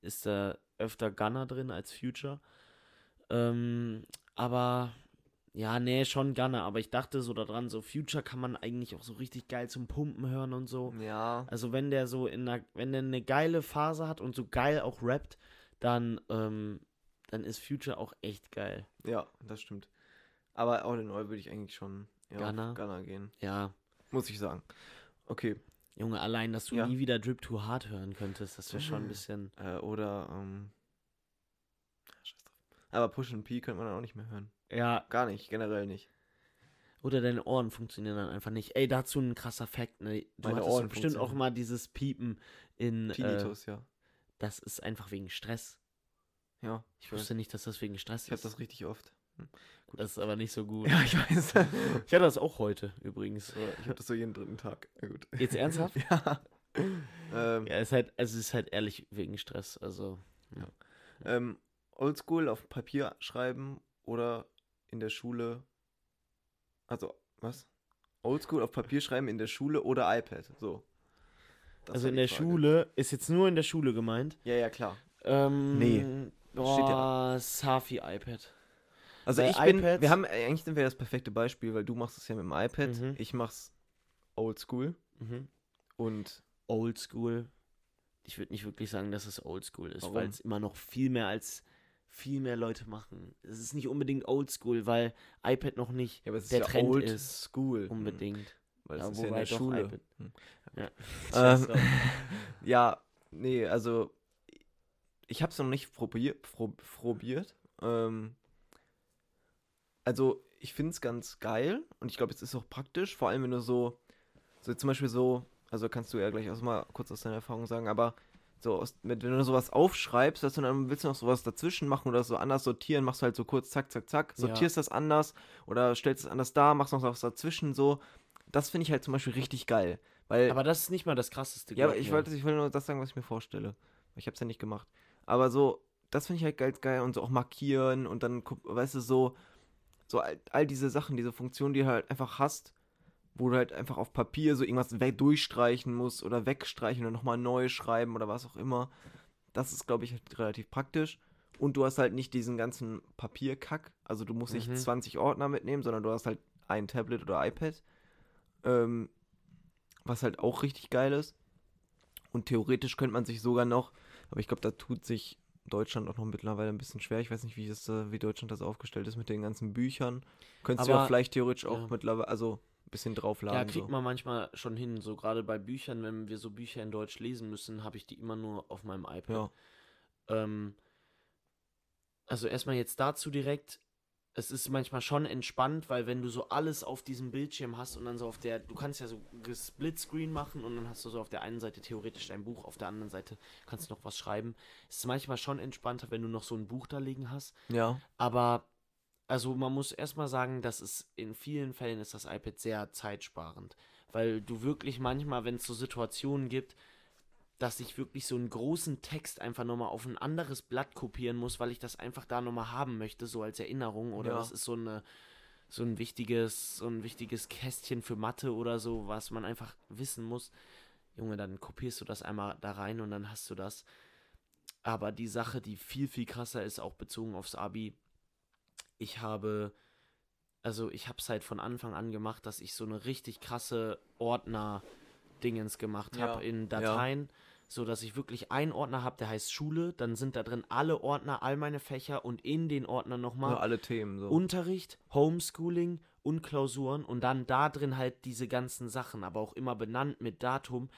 S1: ist da öfter Gunner drin als Future. Ähm, aber. Ja, nee, schon Gunner, aber ich dachte so daran, so Future kann man eigentlich auch so richtig geil zum Pumpen hören und so.
S2: Ja.
S1: Also wenn der so in einer, wenn der eine geile Phase hat und so geil auch rappt, dann, ähm, dann ist Future auch echt geil.
S2: Ja, das stimmt. Aber all in all würde ich eigentlich schon Ja,
S1: Gunner.
S2: Gunner gehen.
S1: Ja.
S2: Muss ich sagen. Okay.
S1: Junge, allein, dass du
S2: Ja.
S1: nie wieder Drip Too Hard hören könntest, das wäre schon ein bisschen.
S2: Äh, oder, ähm. ja, Scheiß drauf. Aber Push and P könnte man dann auch nicht mehr hören.
S1: Ja.
S2: Gar nicht, generell nicht.
S1: Oder deine Ohren funktionieren dann einfach nicht. Ey, dazu ein krasser Fact, ne? Du
S2: Meine
S1: hattest
S2: Ohren
S1: doch bestimmt auch
S2: funktionieren.
S1: mal dieses Piepen in. Äh,
S2: Tinnitus, ja.
S1: das ist einfach wegen Stress.
S2: Ja, ich
S1: Ich
S2: weiß.
S1: wusste nicht, dass das wegen Stress
S2: Ich habe
S1: ist.
S2: das richtig oft.
S1: das ist aber nicht so gut.
S2: Ja, ich weiß.
S1: Ich hatte das auch heute übrigens.
S2: Aber ich habe das so jeden dritten Tag. Na gut.
S1: Jetzt ernsthaft?
S2: Ja. Ähm,
S1: Ja, es ist halt, also es ist halt ehrlich wegen Stress. Also
S2: ähm, Oldschool auf Papier schreiben oder in der Schule. Also, was? Oldschool auf Papier schreiben in der Schule oder iPad. So. Das
S1: also
S2: war
S1: in
S2: die
S1: der
S2: Frage.
S1: Schule ist jetzt nur in der Schule gemeint.
S2: Ja, ja, klar.
S1: Ähm,
S2: Nee. Steht
S1: Boah, Safi iPad.
S2: Also
S1: Weil
S2: ich bin,
S1: iPads-
S2: wir haben, äh, eigentlich sind wir das perfekte Beispiel, weil du machst es ja mit dem iPad,
S1: Mhm.
S2: ich mach's oldschool
S1: Mhm.
S2: und
S1: Oldschool. Ich würde nicht wirklich sagen, dass es Oldschool ist,
S2: Warum?
S1: weil es immer noch viel mehr als viel mehr Leute machen. Es ist nicht unbedingt Oldschool, weil iPad noch nicht
S2: ja, aber es
S1: Der Trend
S2: old
S1: ist
S2: school.
S1: unbedingt.
S2: Mhm. Weil es
S1: Ja,
S2: ist ja in
S1: wobei
S2: der
S1: doch
S2: Schule.
S1: iPad.
S2: Hm.
S1: Ja.
S2: Ähm, ja, nee, also ich hab's noch nicht probiert, probiert. Ähm, also ich find's ganz geil und ich glaube, es ist auch praktisch, vor allem wenn du so, so zum Beispiel so, also kannst du ja gleich auch mal kurz aus deiner Erfahrung sagen, aber so, aus, mit, wenn du sowas aufschreibst, dass du dann willst du noch sowas dazwischen machen oder so anders sortieren, machst du halt so kurz, zack, zack, zack,
S1: Ja.
S2: sortierst das anders oder stellst es anders dar, machst noch was dazwischen, so. Das finde ich halt zum Beispiel richtig geil. Weil
S1: aber das ist nicht mal das krasseste.
S2: ja,
S1: glaub
S2: aber ich wollte, ich will nur das sagen, was ich mir vorstelle. Ich hab's ja nicht gemacht. Aber so, das finde ich halt ganz geil und so auch markieren und dann, guck- weißt du, so, so all, all diese Sachen, diese Funktionen, die du halt einfach hast, wo du halt einfach auf Papier so irgendwas weg durchstreichen musst oder wegstreichen und nochmal neu schreiben oder was auch immer. Das ist, glaube ich, halt relativ praktisch. Und du hast halt nicht diesen ganzen Papierkack. Also du musst
S1: Mhm.
S2: nicht 20 Ordner mitnehmen, sondern du hast halt ein Tablet oder iPad. Ähm, was halt auch richtig geil ist. Und theoretisch könnte man sich sogar noch, aber ich glaube, da tut sich Deutschland auch noch mittlerweile ein bisschen schwer. Ich weiß nicht, wie, das, äh, wie Deutschland das aufgestellt ist mit den ganzen Büchern. Könntest du ja
S1: Aber-
S2: vielleicht theoretisch auch
S1: ja.
S2: mittlerweile, also ein bisschen draufladen.
S1: Ja, kriegt
S2: so.
S1: man manchmal schon hin. So gerade bei Büchern, wenn wir so Bücher in Deutsch lesen müssen, habe ich die immer nur auf meinem iPad.
S2: Ja.
S1: Ähm, also erstmal jetzt dazu direkt. Es ist manchmal schon entspannt, weil wenn du so alles auf diesem Bildschirm hast und dann so auf der, du kannst ja so Splitscreen machen und dann hast du so auf der einen Seite theoretisch dein Buch, auf der anderen Seite kannst du noch was schreiben. Es ist manchmal schon entspannter, wenn du noch so ein Buch da liegen hast.
S2: Ja.
S1: Aber, also man muss erstmal sagen, dass es in vielen Fällen ist das iPad sehr zeitsparend. Weil du wirklich manchmal, wenn es so Situationen gibt, dass ich wirklich so einen großen Text einfach nochmal auf ein anderes Blatt kopieren muss, weil ich das einfach da nochmal haben möchte, so als Erinnerung. Oder
S2: Ja.
S1: das ist so eine so ein wichtiges, so ein wichtiges Kästchen für Mathe oder so, was man einfach wissen muss. Junge, dann kopierst du das einmal da rein und dann hast du das. Aber die Sache, die viel, viel krasser ist, auch bezogen aufs Abi, ich habe, also ich habe es halt von Anfang an gemacht, dass ich so eine richtig krasse Ordner-Dingens gemacht
S2: Ja,
S1: habe in Dateien, so dass ich wirklich einen Ordner habe, der heißt Schule, dann sind da drin alle Ordner, all meine Fächer und in den Ordnern nochmal
S2: Nur alle Themen so.
S1: Unterricht, Homeschooling und Klausuren und dann da drin halt diese ganzen Sachen, aber auch immer benannt mit Datum.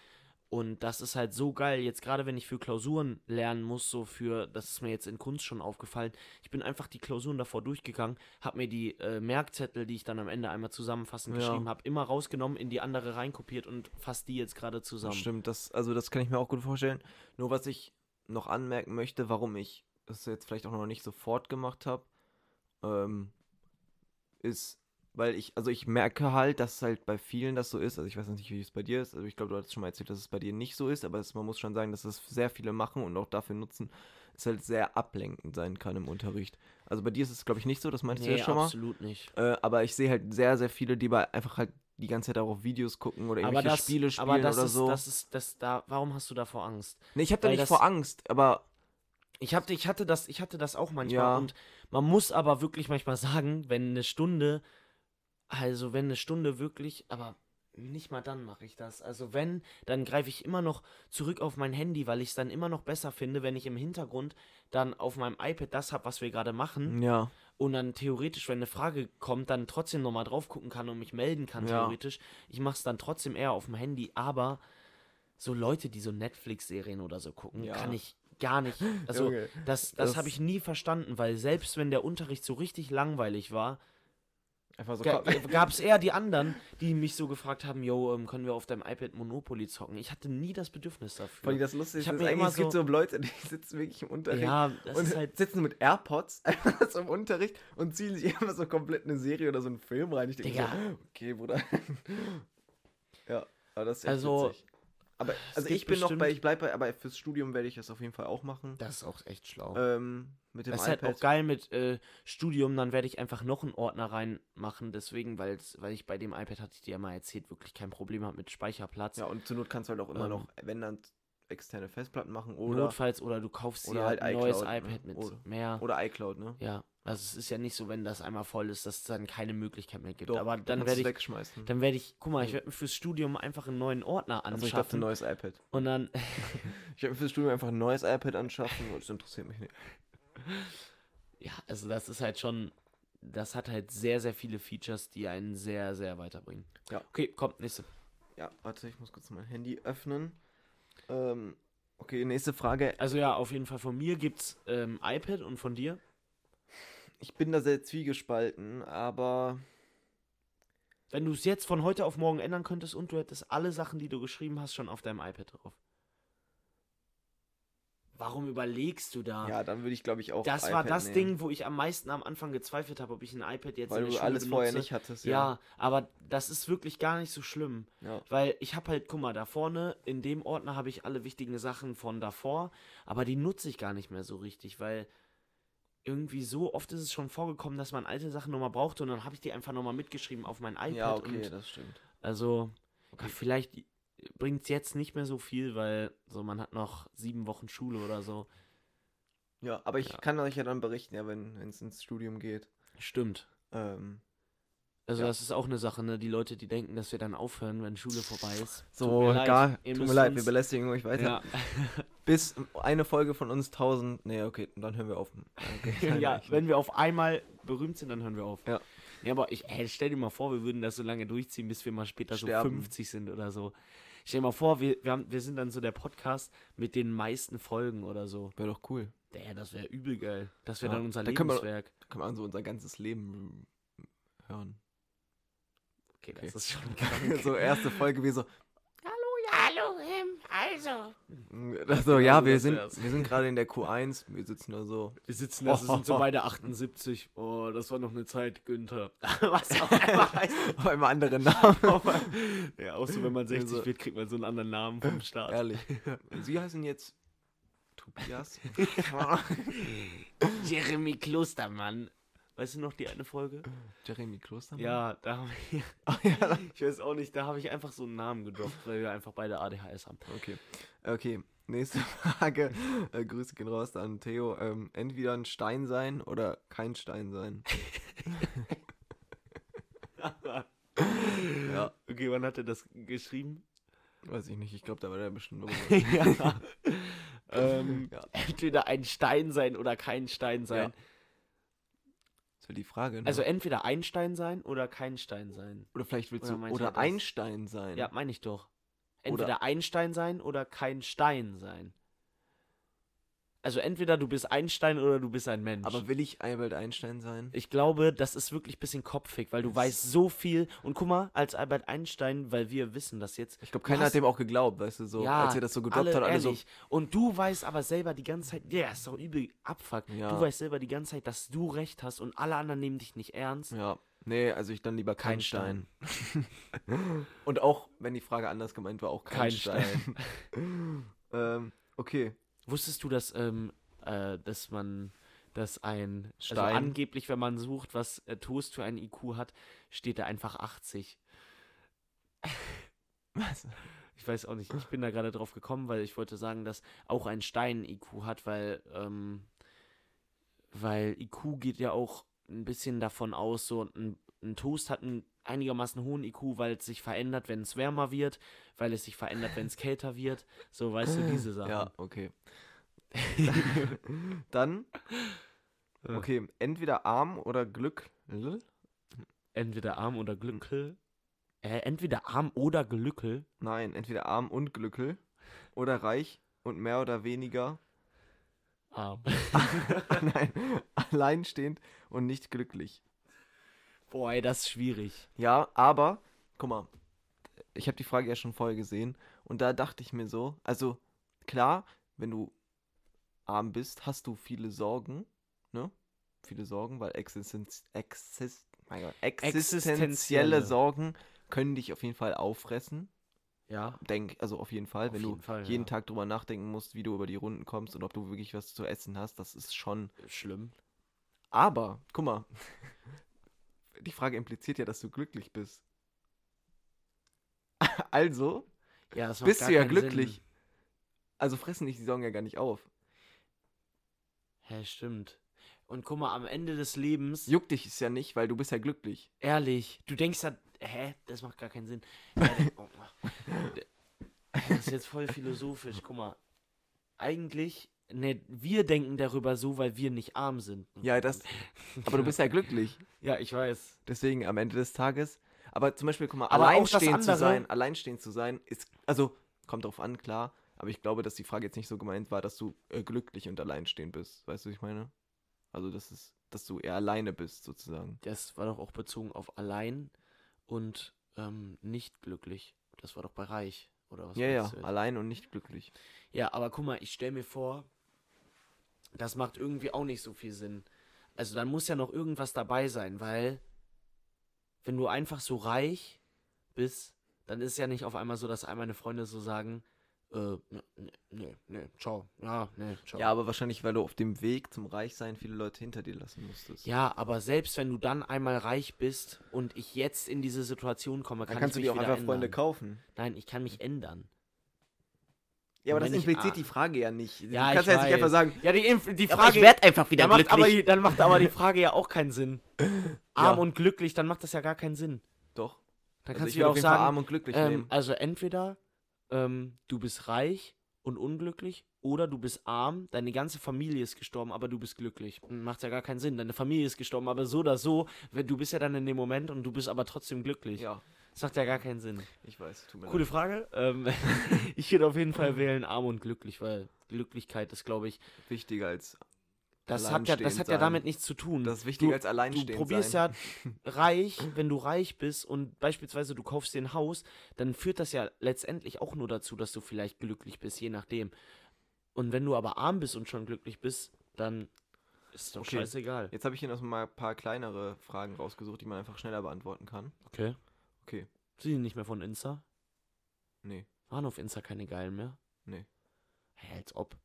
S1: Und das ist halt so geil, jetzt gerade wenn ich für Klausuren lernen muss, so für, das ist mir jetzt in Kunst schon aufgefallen, ich bin einfach die Klausuren davor durchgegangen, habe mir die äh, Merkzettel, die ich dann am Ende einmal zusammenfassend
S2: Ja.
S1: geschrieben habe, immer rausgenommen, in die andere reinkopiert und fasse die jetzt gerade zusammen.
S2: Stimmt, das, also das kann ich mir auch gut vorstellen. Nur was ich noch anmerken möchte, warum ich das jetzt vielleicht auch noch nicht sofort gemacht habe, ähm, ist, weil ich, also ich merke halt, dass halt bei vielen das so ist. Also ich weiß nicht, wie es bei dir ist. Also ich glaube, du hattest schon mal erzählt, dass es bei dir nicht so ist, aber es, man muss schon sagen, dass das sehr viele machen und auch dafür nutzen, es halt sehr ablenkend sein kann im Unterricht. Also bei dir ist es, glaube ich, nicht so, das meinst du ja schon mal.
S1: absolut nicht.
S2: Äh, aber ich sehe halt sehr, sehr viele, die bei einfach halt die ganze Zeit darauf Videos gucken oder irgendwelche Spiele spielen
S1: aber das
S2: oder
S1: ist,
S2: so.
S1: das ist, das, da, warum hast du davor Angst?
S2: nee, ich habe da
S1: weil
S2: nicht
S1: das-
S2: vor Angst, aber
S1: Ich hatte, ich hatte das, ich hatte das auch manchmal
S2: Ja.
S1: und man muss aber wirklich manchmal sagen, wenn eine Stunde, also wenn eine Stunde wirklich, aber nicht mal dann mache ich das. Also wenn, dann greife ich immer noch zurück auf mein Handy, weil ich es dann immer noch besser finde, wenn ich im Hintergrund dann auf meinem iPad das habe, was wir gerade machen
S2: ja,
S1: und dann theoretisch, wenn eine Frage kommt, dann trotzdem nochmal drauf gucken kann und mich melden kann,
S2: Ja.
S1: theoretisch. Ich mache es dann trotzdem eher auf dem Handy, aber so Leute, die so Netflix-Serien oder so gucken,
S2: Ja.
S1: kann ich gar nicht. Also,
S2: Junge,
S1: das, das
S2: das-
S1: habe ich nie verstanden, weil selbst wenn der Unterricht so richtig langweilig war,
S2: Einfach so. komm.
S1: gab es eher die anderen, die mich so gefragt haben, yo, ähm, können wir auf deinem iPad Monopoly zocken? Ich hatte nie das Bedürfnis
S2: Vor allem
S1: dafür.
S2: das Lustige
S1: Ich
S2: ist,
S1: hab
S2: dass
S1: mir
S2: eigentlich
S1: immer
S2: es gibt
S1: so-
S2: so Leute, die sitzen wirklich im Unterricht
S1: Ja, das
S2: und
S1: ist halt.
S2: sitzen mit AirPods einfach so im Unterricht und ziehen sich immer so komplett eine Serie oder so einen Film rein. Ich denke
S1: Digga.
S2: so, okay, Bruder. ja, aber das ist echt
S1: Also,
S2: witzig. Aber also
S1: gibt
S2: ich bin noch bei,
S1: bestimmt-
S2: ich bleibe bei, aber fürs Studium werde ich das auf jeden Fall auch machen.
S1: Das ist auch echt schlau.
S2: Ähm, mit dem
S1: Genau. das ist
S2: iPad.
S1: halt auch geil mit äh, Studium, dann werde ich einfach noch einen Ordner reinmachen, deswegen, weil's, weil ich bei dem iPad, hatte ich dir ja mal erzählt, wirklich kein Problem habe mit Speicherplatz.
S2: Ja, und zur Not kannst du halt auch immer
S1: Ähm,
S2: noch, wenn dann externe Festplatten machen oder,
S1: Notfalls oder du kaufst
S2: oder
S1: dir
S2: halt
S1: ein neues
S2: iCloud, ne?
S1: iPad mit
S2: Oder-
S1: mehr.
S2: oder iCloud, ne?
S1: Ja, also es ist ja nicht so, wenn das einmal voll ist, dass es dann keine Möglichkeit mehr gibt.
S2: Doch,
S1: Aber dann
S2: kannst
S1: werde
S2: du's
S1: ich,
S2: wegschmeißen.
S1: dann werde ich, guck mal, ich
S2: Nee.
S1: werde mir fürs Studium einfach einen neuen Ordner
S2: also ich dachte
S1: anschaffen
S2: ein neues iPad.
S1: und dann
S2: Ich werde mir fürs Studium einfach ein neues iPad anschaffen und das interessiert mich nicht.
S1: Ja, also das ist halt schon, das hat halt sehr, sehr viele Features, die einen sehr, sehr weiterbringen.
S2: Ja.
S1: Okay, kommt, nächste.
S2: Ja, warte, ich muss kurz mein Handy öffnen. Ähm, okay, nächste Frage.
S1: Also ja, auf jeden Fall von mir gibt's ähm, iPad und von dir.
S2: Ich bin da sehr zwiegespalten, aber
S1: Wenn du es jetzt von heute auf morgen ändern könntest und du hättest alle Sachen, die du geschrieben hast, schon auf deinem iPad drauf. Warum überlegst du da?
S2: ja, dann würde ich glaube ich auch.
S1: das war
S2: iPad
S1: das
S2: nehmen,
S1: Ding, wo ich am meisten am Anfang gezweifelt habe, ob ich ein iPad jetzt in
S2: weil
S1: der
S2: du
S1: Schule
S2: alles
S1: benutze.
S2: vorher nicht hattest.
S1: ja, aber das ist wirklich gar nicht so schlimm.
S2: ja.
S1: Weil ich habe halt, guck mal, da vorne, in dem Ordner habe ich alle wichtigen Sachen von davor, aber die nutze ich gar nicht mehr so richtig, weil irgendwie so oft ist es schon vorgekommen, dass man alte Sachen nochmal brauchte und dann habe ich die einfach nochmal mitgeschrieben auf mein
S2: Ja,
S1: iPad.
S2: ja okay,
S1: Und
S2: das stimmt.
S1: also,
S2: Okay.
S1: ja, vielleicht bringt es jetzt nicht mehr so viel, weil so man hat noch sieben Wochen Schule oder so.
S2: Ja, aber ich
S1: Ja.
S2: kann euch ja dann berichten, ja, wenn es ins Studium geht.
S1: Stimmt.
S2: Ähm,
S1: Also
S2: Ja.
S1: das ist auch eine Sache, ne? Die Leute, die denken, dass wir dann aufhören, wenn Schule vorbei ist.
S2: so,
S1: leid,
S2: egal.
S1: ihr
S2: Tut mir
S1: müsst
S2: leid, wir
S1: uns-
S2: belästigen euch weiter.
S1: Ja,
S2: Bis eine Folge von uns 1000. Nee, okay, dann hören wir auf. Okay, nein,
S1: ja,
S2: nein, ich-
S1: wenn wir auf einmal berühmt sind, dann hören wir auf.
S2: Ja.
S1: Ja, aber ich, hey, stell dir mal vor, wir würden das so lange durchziehen, bis wir mal später
S2: Sterben.
S1: so 50 sind oder so. Stell dir mal vor, wir, wir, haben, wir sind dann so der Podcast mit den meisten Folgen oder so.
S2: Wäre doch cool.
S1: Der, das wäre übel geil. Das wäre
S2: Ja,
S1: dann unser
S2: da können wir-
S1: Lebenswerk.
S2: Kann man so unser ganzes Leben hören.
S1: Okay, das
S2: Okay.
S1: ist schon krank.
S2: so erste Folge wie so,
S3: Hallo, ähm, also,
S2: also ja,
S1: Also,
S2: wir
S1: das
S2: sind,
S1: wär's.
S2: wir sind gerade in der Q1, wir sitzen da so.
S1: wir sitzen, das sind so
S2: Oh.
S1: beide 78. Oh, das war noch eine Zeit, Günther. Was auch immer heißt.
S2: Auf einem anderen Namen.
S1: Aber- ja, auch so, wenn man 60
S2: Also-
S1: wird, kriegt man so einen anderen Namen vom Start.
S2: Ehrlich. Sie heißen jetzt Tobias.
S1: Jeremy Klostermann. Weißt du noch die eine Folge?
S2: Jeremy Klostermann?
S1: Ja, da habe ich.
S2: Mhm. ja.
S1: Ich weiß auch nicht, da habe ich einfach so einen Namen gedroppt, weil wir einfach beide ADHS haben.
S2: Okay. Okay, nächste Frage. Äh, Grüße gehen raus an Theo. Ähm, entweder ein Stein sein oder kein Stein sein.
S1: ja. Okay, wann hat er das geschrieben?
S2: Weiß ich nicht, ich glaube, da war der bestimmt drüber.
S1: ja. ähm,
S2: Ja.
S1: Entweder ein Stein sein oder kein Stein sein.
S2: Das war die Frage. Ne?
S1: Also entweder ein Stein sein oder kein Stein sein.
S2: oder vielleicht willst
S1: oder
S2: du.
S1: meinst du
S2: Oder
S1: das?
S2: ein Stein sein.
S1: Ja, meine ich doch.
S2: Oder-
S1: Entweder ein Stein sein oder kein Stein sein. Also entweder du bist ein Stein oder du bist ein Mensch.
S2: Aber will ich Albert Einstein sein?
S1: Ich glaube, das ist wirklich ein bisschen kopfig, weil du
S2: Das-
S1: weißt so viel. Und guck mal, als Albert Einstein, weil wir wissen das jetzt.
S2: Ich glaube,
S1: Du
S2: keiner
S1: hast-
S2: hat dem auch geglaubt, weißt du, so, als er das so gedroppt
S1: alle
S2: hat, alle so,
S1: ehrlich. Und du weißt aber selber die ganze Zeit, ja, ist doch übel Abfuck.
S2: Ja.
S1: Du weißt selber die ganze Zeit, dass du recht hast und alle anderen nehmen dich nicht ernst.
S2: ja, nee, also ich dann lieber
S1: Kein
S2: kein Stein. Und auch, wenn die Frage anders gemeint war, auch kein,
S1: Kein
S2: Stein. ähm, okay,
S1: Wusstest du, dass, ähm, äh, dass man, dass ein,
S2: Stein.
S1: also angeblich, wenn man sucht, was äh, Toast für einen IQ hat, steht da einfach 80.
S2: was?
S1: Ich weiß auch nicht, ich bin da gerade drauf gekommen, weil ich wollte sagen, dass auch ein Stein IQ hat, weil, ähm, weil IQ geht ja auch ein bisschen davon aus, so ein, ein Toast hat einen einigermaßen hohen IQ, weil es sich verändert, wenn es wärmer wird, weil es sich verändert, wenn es kälter wird. So,
S2: Ah,
S1: weißt du, diese Sachen.
S2: Ja, okay. dann,
S1: Äh.
S2: Okay, entweder arm oder Glück. Lil?
S1: Entweder arm oder glückel. Äh, entweder arm oder glückel.
S2: Nein, entweder arm und Glückel oder reich und mehr oder weniger.
S1: Arm.
S2: Nein, alleinstehend und nicht glücklich.
S1: Boah, ey, das ist schwierig.
S2: Ja, aber, guck mal, ich habe die Frage ja schon vorher gesehen und da dachte ich mir so, also klar, wenn du arm bist, hast du viele Sorgen, ne? Viele Sorgen, weil Existenz, Exist, mein Gott, existenzielle,
S1: Existenzielle.
S2: Sorgen können dich auf jeden Fall auffressen.
S1: Ja.
S2: Denk, also auf jeden Fall,
S1: Auf
S2: wenn du
S1: jeden Fall,
S2: jeden
S1: ja.
S2: Tag drüber nachdenken musst, wie du über die Runden kommst und ob du wirklich was zu essen hast, das ist schon
S1: Schlimm.
S2: aber, guck mal, die Frage impliziert ja, dass du glücklich bist. Also,
S1: Ja, das macht
S2: bist
S1: gar
S2: du ja
S1: keinen
S2: glücklich.
S1: Sinn.
S2: Also fressen dich die Sorgen ja gar nicht auf.
S1: Hä, stimmt. Und guck mal, am Ende des Lebens,
S2: Juckt dich es ja nicht, weil du bist ja glücklich.
S1: ehrlich, du denkst da, hä, das macht gar keinen Sinn. Ja, da- oh, das ist jetzt voll philosophisch, guck mal. Eigentlich, ne, wir denken darüber so, weil wir nicht arm sind.
S2: Ja, das. Aber du bist ja glücklich.
S1: Ja, ich weiß.
S2: Deswegen am Ende des Tages. Aber zum Beispiel, guck mal,
S1: Aber auch das
S2: alleinstehend zu
S1: andere-
S2: sein, alleinstehend zu sein, ist. Also, kommt drauf an, klar. Aber ich glaube, dass die Frage jetzt nicht so gemeint war, dass du äh, glücklich und alleinstehend bist. Weißt du, was ich meine? Also, das ist, dass du eher alleine bist, sozusagen.
S1: Das war doch auch bezogen auf allein und ähm, nicht glücklich. Das war doch bei reich, oder was?
S2: ja, ja,
S1: meinst du jetzt?
S2: allein und nicht glücklich.
S1: Ja, aber guck mal, ich stelle mir vor, das macht irgendwie auch nicht so viel Sinn. Also dann muss ja noch irgendwas dabei sein, weil wenn du einfach so reich bist, dann ist ja nicht auf einmal so, dass all meine Freunde so sagen, äh, nee, nee, nee, ciao, ja, nee, ciao.
S2: Ja, aber wahrscheinlich, weil du auf dem Weg zum Reichsein viele Leute hinter dir lassen musstest.
S1: Ja, aber selbst wenn du dann einmal reich bist und ich jetzt in diese Situation komme,
S2: dann
S1: kann
S2: kannst du
S1: ich mich
S2: dir auch
S1: wieder
S2: einfach
S1: ändern.
S2: Freunde kaufen.
S1: Nein, ich kann mich ändern.
S2: Ja, aber
S1: Wenn
S2: das
S1: ich-
S2: impliziert
S1: ah.
S2: die Frage ja nicht.
S1: Ja,
S2: du kannst
S1: ich
S2: ja jetzt nicht
S1: weiß.
S2: einfach sagen,
S1: Ja, die, Inf- die
S3: Aber
S1: Frage
S3: ich werde einfach wieder
S1: dann macht, aber,
S3: glücklich.
S1: die- dann macht aber die Frage ja auch keinen Sinn. Arm und glücklich, dann macht das ja gar keinen Sinn.
S2: doch.
S1: Dann
S2: Also
S1: kannst
S2: ich
S1: du
S2: will
S1: ja
S2: auf
S1: auch
S2: jeden Fall
S1: sagen,
S2: arm und glücklich
S1: ähm,
S2: nehmen.
S1: also entweder ähm, du bist reich und unglücklich oder du bist arm, deine ganze Familie ist gestorben, aber du bist glücklich. Hm, Macht ja gar keinen Sinn. Deine Familie ist gestorben, aber so oder so, wenn- du bist ja dann in dem Moment und du bist aber trotzdem glücklich.
S2: Ja,
S1: Das macht ja gar keinen Sinn.
S2: ich weiß. Tut mir
S1: Coole Frage. Ähm, ich würde auf jeden Fall wählen arm und glücklich, weil Glücklichkeit ist, glaube ich,
S2: leid. Wichtiger als,
S1: das hat ja, das
S2: Alleinstehend
S1: hat ja
S2: sein.
S1: damit nichts zu tun.
S2: das ist wichtiger
S1: du,
S2: als alleinstehend
S1: Du probierst
S2: sein.
S1: ja reich, wenn du reich bist und beispielsweise du kaufst dir ein Haus, dann führt das ja letztendlich auch nur dazu, dass du vielleicht glücklich bist, je nachdem. Und wenn du aber arm bist und schon glücklich bist, dann ist doch
S2: Okay.
S1: scheißegal.
S2: Jetzt habe ich hier noch mal ein paar kleinere Fragen rausgesucht, die man einfach schneller beantworten kann.
S1: Okay.
S2: Okay.
S1: Sind die nicht mehr von Insta?
S2: Nee.
S1: Waren auf Insta keine geilen mehr?
S2: Nee.
S1: Hä, als ob.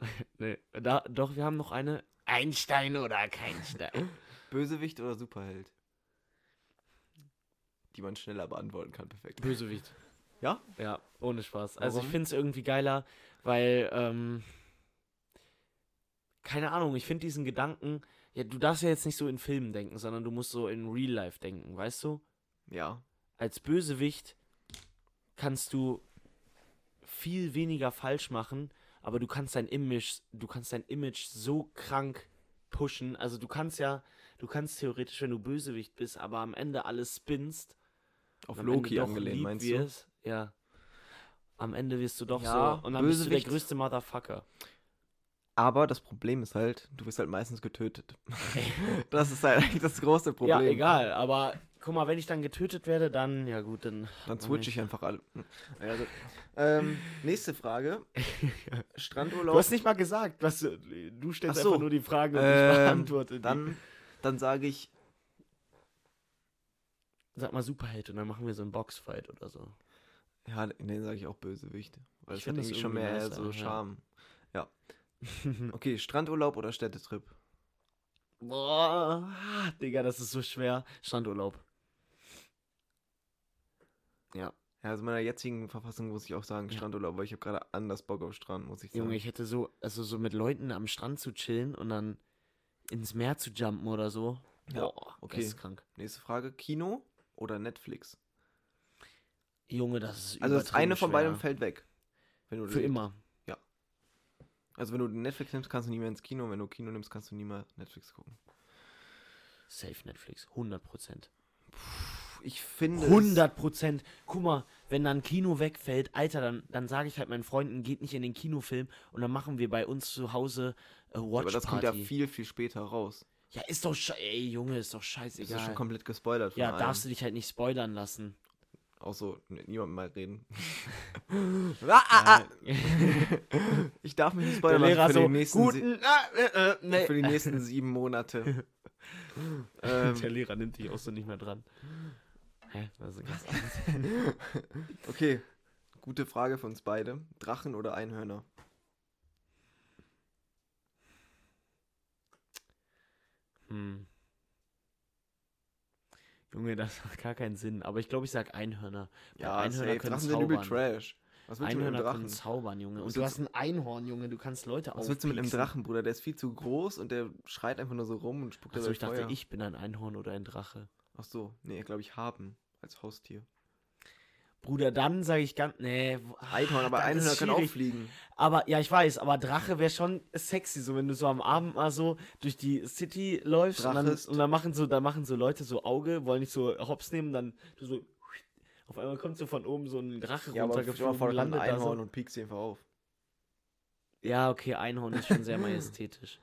S1: nee. Da, doch, wir haben noch eine.
S3: Ein Stein oder kein Stein.
S2: Bösewicht oder Superheld? Die man schneller beantworten kann, perfekt.
S1: Bösewicht.
S2: Ja?
S1: Ja, ohne Spaß. Also ich
S2: Warum?
S1: finde es irgendwie geiler, weil, ähm, keine Ahnung, ich finde diesen Gedanken, ja, du darfst ja jetzt nicht so in Filmen denken, sondern du musst so in Real Life denken, weißt du?
S2: Ja.
S1: Als Bösewicht kannst du viel weniger falsch machen, aber du kannst dein Image, du kannst dein Image so krank pushen. Also du kannst ja, du kannst theoretisch, wenn du Bösewicht bist, aber am Ende alles spinnst,
S2: Auf
S1: und am Ende
S2: Loki
S1: doch
S2: angelehnt,
S1: lieb
S2: meinst du?
S1: wirst, Ja. Am Ende wirst du doch
S2: Ja,
S1: so. Und dann bist du der
S2: Bösewicht.
S1: größte Motherfucker.
S2: Aber das Problem ist halt, du wirst halt meistens getötet. das ist halt eigentlich das große Problem.
S1: Ja, egal, aber guck mal, wenn ich dann getötet werde, dann, ja gut, dann.
S2: Dann switch ich einfach alle. Ja, Also, ähm, nächste Frage. Strandurlaub.
S1: nicht mal gesagt, was du, du stellst
S2: Ach so.
S1: die Fragen
S2: Ähm,
S1: die.
S2: Dann, dann sage ich,
S1: Sag mal Superheld und dann machen wir so einen Boxfight oder so.
S2: ja, den sage ich auch Bösewicht. Weil
S1: Ich
S2: das hat
S1: find das
S2: irgendwie schon
S1: irgendwie
S2: mehr
S1: nicer,
S2: so
S1: ja.
S2: Charme. Ja. Okay, Strandurlaub oder Städtetrip?
S1: Boah, Digga, das ist so schwer. Strandurlaub.
S2: Ja, also in meiner jetzigen Verfassung muss ich auch sagen Strandurlaub, weil ich habe gerade anders Bock auf Strand, muss ich sagen.
S1: Junge, ich hätte so, also so mit Leuten am Strand zu chillen und dann ins Meer zu jumpen oder so.
S2: Ja,
S1: Boah,
S2: okay.
S1: geisteskrank.
S2: Nächste Frage, Kino oder Netflix?
S1: Junge, das ist
S2: Also das eine
S1: übertrieben
S2: von beidem
S1: schwer.
S2: fällt weg. Wenn du
S1: Für
S2: lebst.
S1: immer.
S2: Also wenn du Netflix nimmst, kannst du nie mehr ins Kino. Und wenn du Kino nimmst, kannst du nie mehr Netflix gucken.
S1: Safe Netflix, 100 Prozent.
S2: Puh, Ich finde. es-
S1: 100 Prozent. Guck mal, wenn dann Kino wegfällt, Alter, dann, dann sage ich halt meinen Freunden, geht nicht in den Kinofilm und dann machen wir bei uns zu Hause äh, Watch
S2: Aber das kommt
S1: Party.
S2: ja viel, viel später raus.
S1: Ja, ist doch scheiße. Ey, Junge, ist doch
S2: Ist ja schon
S1: scheißegal.
S2: komplett gespoilert von
S1: ja,
S2: allem.
S1: darfst du dich halt nicht spoilern lassen.
S2: Auch so, mit niemandem mal reden. ah, ah, ah. ich darf mich nicht spoilern lassen für, die nächsten sie-
S1: ah, äh, äh, nee.
S2: für die nächsten sieben Monate. ähm,
S1: Der Lehrer nimmt dich auch so nicht mehr dran. Hä? Also, ganz
S2: okay, gute Frage von uns beide. Drachen oder Einhörner?
S1: Hm. Junge, das macht gar keinen Sinn. Aber ich glaube, ich sag Einhörner. Weil Einhörner können
S2: Drachen sind übel
S1: zaubern.
S2: trash. Was willst du mit
S1: Einhörner
S2: einem
S1: können
S2: Drachen?
S1: zaubern, Junge. Und
S2: Was
S1: du
S2: willst
S1: hast ein Einhorn, Junge. Du kannst Leute
S2: Was willst du mit einem
S1: aufpieksen.
S2: Drachen, Bruder? Der ist viel zu groß und der schreit einfach nur so rum und spuckt
S1: Also
S2: dabei
S1: ich dachte,
S2: Feuer.
S1: ich bin ein Einhorn oder ein Drache.
S2: Ach so, nee, glaube ich, haben als Haustier.
S1: Bruder, dann sage ich ganz. Nee, wo- ah,
S2: Einhorn, aber
S1: das ist
S2: Einhörner können auch
S1: schwierig.
S2: fliegen.
S1: Aber ja, ich weiß, aber Drache wäre schon sexy, so wenn du so am Abend mal so durch die City läufst und dann,
S2: Drachest.
S1: und dann machen so, dann machen so Leute so Auge, wollen nicht so hops nehmen, dann du so auf einmal kommt so von oben so ein Drache
S2: Ja, aber stell mal
S1: runtergeflogen,
S2: vor, da kommt ein
S1: landet da
S2: Einhorn
S1: so.
S2: und piekst sie einfach auf.
S1: Ja, okay, Einhorn ist schon sehr majestätisch.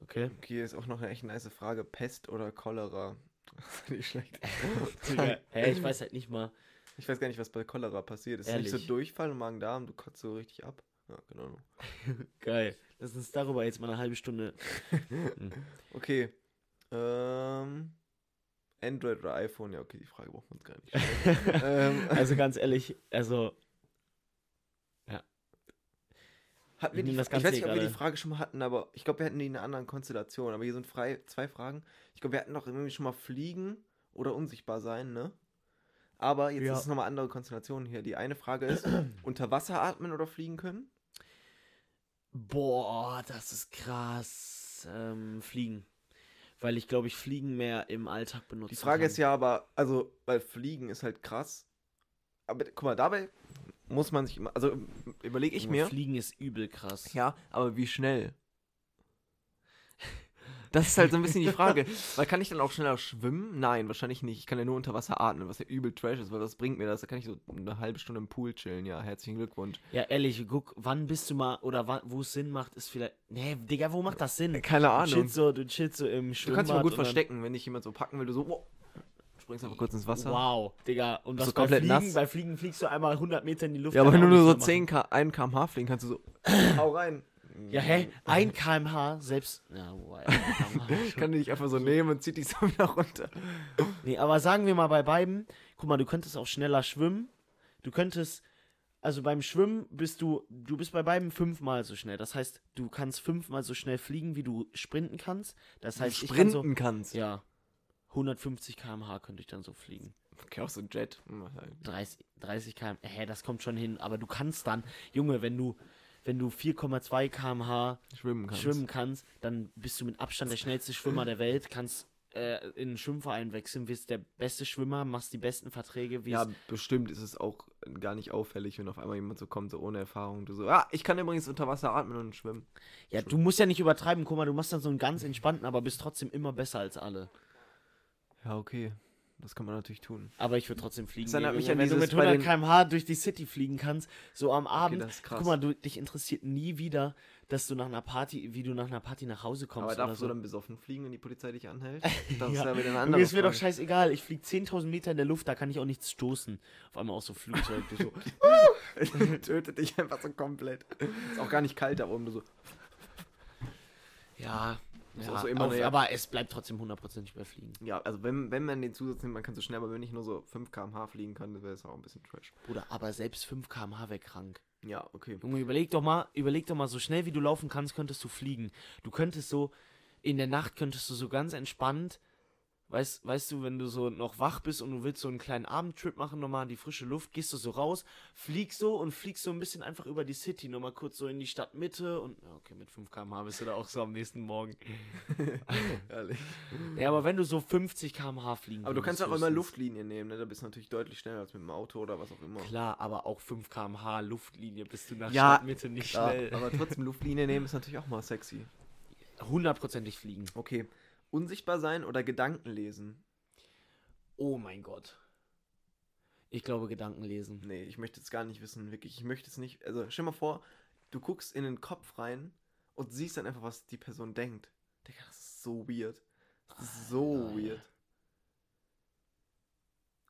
S1: Okay.
S2: Okay, ist auch noch eine echt nice Frage. Pest oder Cholera? Nicht schlecht.
S1: Digga, Hä, ich weiß halt nicht mal.
S2: Ich weiß gar nicht, was bei Cholera passiert. Ist nicht
S1: Ehrlich.
S2: so Durchfall und Magen-Darm, du kotzt so richtig ab. Ja, keine Ahnung.
S1: Geil. Lass uns darüber jetzt mal eine halbe Stunde.
S2: Okay. Ähm, Android oder iPhone? Ja, okay, die Frage braucht man uns gar nicht. Ähm.
S1: also ganz ehrlich, also
S2: Hatten wir
S1: Ich nehm
S2: die,
S1: das
S2: Fra- ich
S1: Ganze
S2: weiß nicht,
S1: hier
S2: ob wir die
S1: gerade.
S2: Frage schon mal hatten, aber ich glaube, wir hatten die in einer anderen Konstellation. Aber hier sind frei, zwei Fragen. Ich glaube, wir hatten noch irgendwie schon mal fliegen oder unsichtbar sein, ne? Aber jetzt
S1: Ja.
S2: ist es nochmal andere Konstellation hier. Die eine Frage ist, unter Wasser atmen oder fliegen können?
S1: Boah, das ist krass. Ähm, Fliegen. Weil ich glaube, ich Fliegen mehr im Alltag benutze.
S2: Die Frage ist ja aber, also, weil fliegen ist halt krass. Aber guck mal, dabei muss man sich immer, also überlege ich mir.
S1: Fliegen ist übel krass.
S2: Ja, aber wie schnell? Das ist halt so ein bisschen die Frage. Weil kann ich dann auch schneller schwimmen? Nein, wahrscheinlich nicht. Ich kann ja nur unter Wasser atmen, was ja übel trash ist, weil was bringt mir das? Da kann ich so eine halbe Stunde im Pool chillen. Ja, herzlichen Glückwunsch.
S1: Ja, ehrlich, guck, wann bist du mal, oder wann, wo es Sinn macht, ist vielleicht. Nee, Digga, wo macht das Sinn?
S2: Äh, Keine
S1: Du
S2: Ahnung.
S1: chillst so, du chillst so im
S2: Du
S1: Schwimmbad.
S2: kannst dich mal gut
S1: und dann-
S2: verstecken, wenn dich jemand so packen will, du so, wow, springst einfach kurz ins Wasser.
S1: Wow, Digga. Und
S2: Bist
S1: was
S2: du
S1: bei
S2: komplett
S1: Fliegen?
S2: nass?
S1: Bei Fliegen fliegst du einmal 100 Meter in die Luft.
S2: Ja, aber wenn
S1: kann
S2: du
S1: auch
S2: nur so
S1: nichts mehr
S2: 10 K, 1 km/h fliegen kannst, du so, hau rein.
S1: machen. Ja, hä? Ein kmh selbst. Ja, wow, kmh.
S2: Ich kann dich einfach so nehmen und zieh dich so wieder runter.
S1: Nee, aber sagen wir mal bei beiden, guck mal, du könntest auch schneller schwimmen. Du könntest, also beim Schwimmen bist du, du bist bei beiden fünfmal so schnell. Das heißt, du kannst fünfmal so schnell fliegen, wie du sprinten kannst. Das heißt, Halt, ich kann so,
S2: Sprinten kannst.
S1: ja, 150 km/h könnte ich dann so halt, fliegen.
S2: Okay, auch so ein Jet.
S1: 30, 30 km, hä, das kommt schon hin. Aber du kannst dann, Junge, wenn du, wenn du 4,2 km/h
S2: Schwimmen kannst.
S1: schwimmen kannst, dann bist du mit Abstand der schnellste Schwimmer der Welt, kannst äh, in einen Schwimmverein wechseln, wirst der beste Schwimmer, machst die besten Verträge, wirst
S2: Ja, bestimmt ist es auch gar nicht auffällig, wenn auf einmal jemand so kommt, so ohne Erfahrung. Du so, ah, ich kann übrigens unter Wasser atmen und schwimmen.
S1: Ja, du musst ja nicht übertreiben, guck mal, du machst dann so einen ganz entspannten, aber bist trotzdem immer besser als alle.
S2: Ja, okay. Das kann man natürlich tun.
S1: Aber ich würde trotzdem fliegen.
S2: Das erinnert
S1: gehen,
S2: mich
S1: Junge. wenn
S2: an
S1: du mit
S2: dieses
S1: 100
S2: bei den-
S1: km/h durch die City fliegen kannst, so am Abend,
S2: das ist krass.
S1: guck mal, du, dich interessiert nie wieder, dass du nach einer Party, wie du nach einer Party nach Hause kommst
S2: Aber
S1: oder
S2: darfst
S1: so.
S2: du dann besoffen fliegen, wenn die Polizei dich anhält? Das ist ja wieder eine
S1: Junge,
S2: andere
S1: ist mir doch
S2: Frage.
S1: scheißegal, ich fliege 10.000 Meter in der Luft, da kann ich auch nichts stoßen. Auf einmal auch so Flugzeug. du so.
S2: Tötet dich einfach so komplett. Ist auch gar nicht kalt da oben. Du so,
S1: Ja,
S2: Ist
S1: ja
S2: auch so immer
S1: auf,
S2: nur, ja.
S1: aber es bleibt trotzdem hundertprozentig bei Fliegen.
S2: ja, also wenn, wenn man den Zusatz nimmt, man kann so schnell, aber wenn ich nur so 5 km/h fliegen kann, dann wäre es auch ein bisschen trash.
S1: Bruder, aber selbst 5 km/h wäre krank.
S2: Ja, okay.
S1: Junge, überleg doch mal, überleg doch mal, so schnell wie du laufen kannst, könntest du fliegen. Du könntest so, in der Nacht könntest du so ganz entspannt Weißt, weißt du, wenn du so noch wach bist und du willst so einen kleinen Abendtrip machen, nochmal in die frische Luft, gehst du so raus, fliegst so und fliegst so ein bisschen einfach über die City, nochmal kurz so in die Stadtmitte und, ja, okay, mit 5 km/h bist du da auch so am nächsten Morgen.
S2: Ehrlich.
S1: Ja, aber wenn du so 50 km/h fliegen
S2: Aber du
S1: würdest
S2: kannst auch immer
S1: höchstens.
S2: Luftlinien nehmen, ne? Da bist du natürlich deutlich schneller als mit dem Auto oder was auch immer.
S1: Klar, aber auch 5 km/h Luftlinie bist du nach
S2: Ja,
S1: Stadtmitte nicht
S2: Klar,
S1: schnell.
S2: aber trotzdem Luftlinie nehmen ist natürlich auch mal sexy.
S1: Hundertprozentig fliegen.
S2: Okay. Unsichtbar sein oder Gedanken lesen?
S1: Oh mein Gott. Ich glaube, Gedanken lesen.
S2: Nee, ich möchte jetzt gar nicht wissen, wirklich. Ich möchte es nicht. Also, stell mal vor, du guckst in den Kopf rein und siehst dann einfach, was die Person denkt. Digga, das ist so weird. Das ist so
S1: Ah, ja.
S2: weird.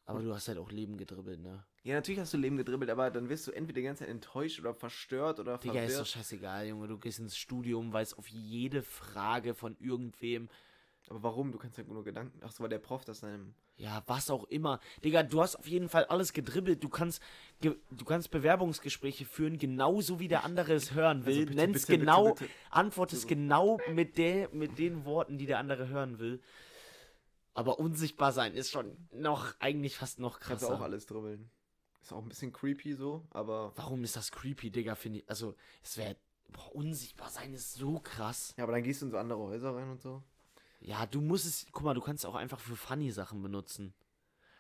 S1: Aber du hast halt auch Leben gedribbelt, ne?
S2: Ja, natürlich hast du Leben gedribbelt, aber dann wirst du entweder die ganze Zeit enttäuscht oder verstört oder
S1: Digga, ist doch
S2: verwirrt.
S1: scheißegal, Junge. Du gehst ins Studium, weißt auf jede Frage von irgendwem,
S2: Aber warum? Du kannst ja nur Gedanken. Ach so, weil der Prof das einem.
S1: ja, was auch immer. Digga, du hast auf jeden Fall alles gedribbelt. Du kannst, ge du kannst Bewerbungsgespräche führen, genauso wie der andere es hören will.
S2: Also bitte,
S1: Nennst
S2: bitte,
S1: genau,
S2: bitte, bitte.
S1: antwortest genau mit, der, mit den Worten, die der andere hören will. Aber unsichtbar sein ist schon noch, eigentlich fast noch
S2: Kannst du auch
S1: krasser.
S2: alles dribbeln. Ist auch ein bisschen creepy so, aber.
S1: Warum ist das creepy, Digga, finde ich. Also, es wäre, boah, unsichtbar sein ist so krass.
S2: Ja, aber dann gehst du in so andere Häuser rein und so.
S1: Ja, du musst es, guck mal, du kannst es auch einfach für funny Sachen benutzen.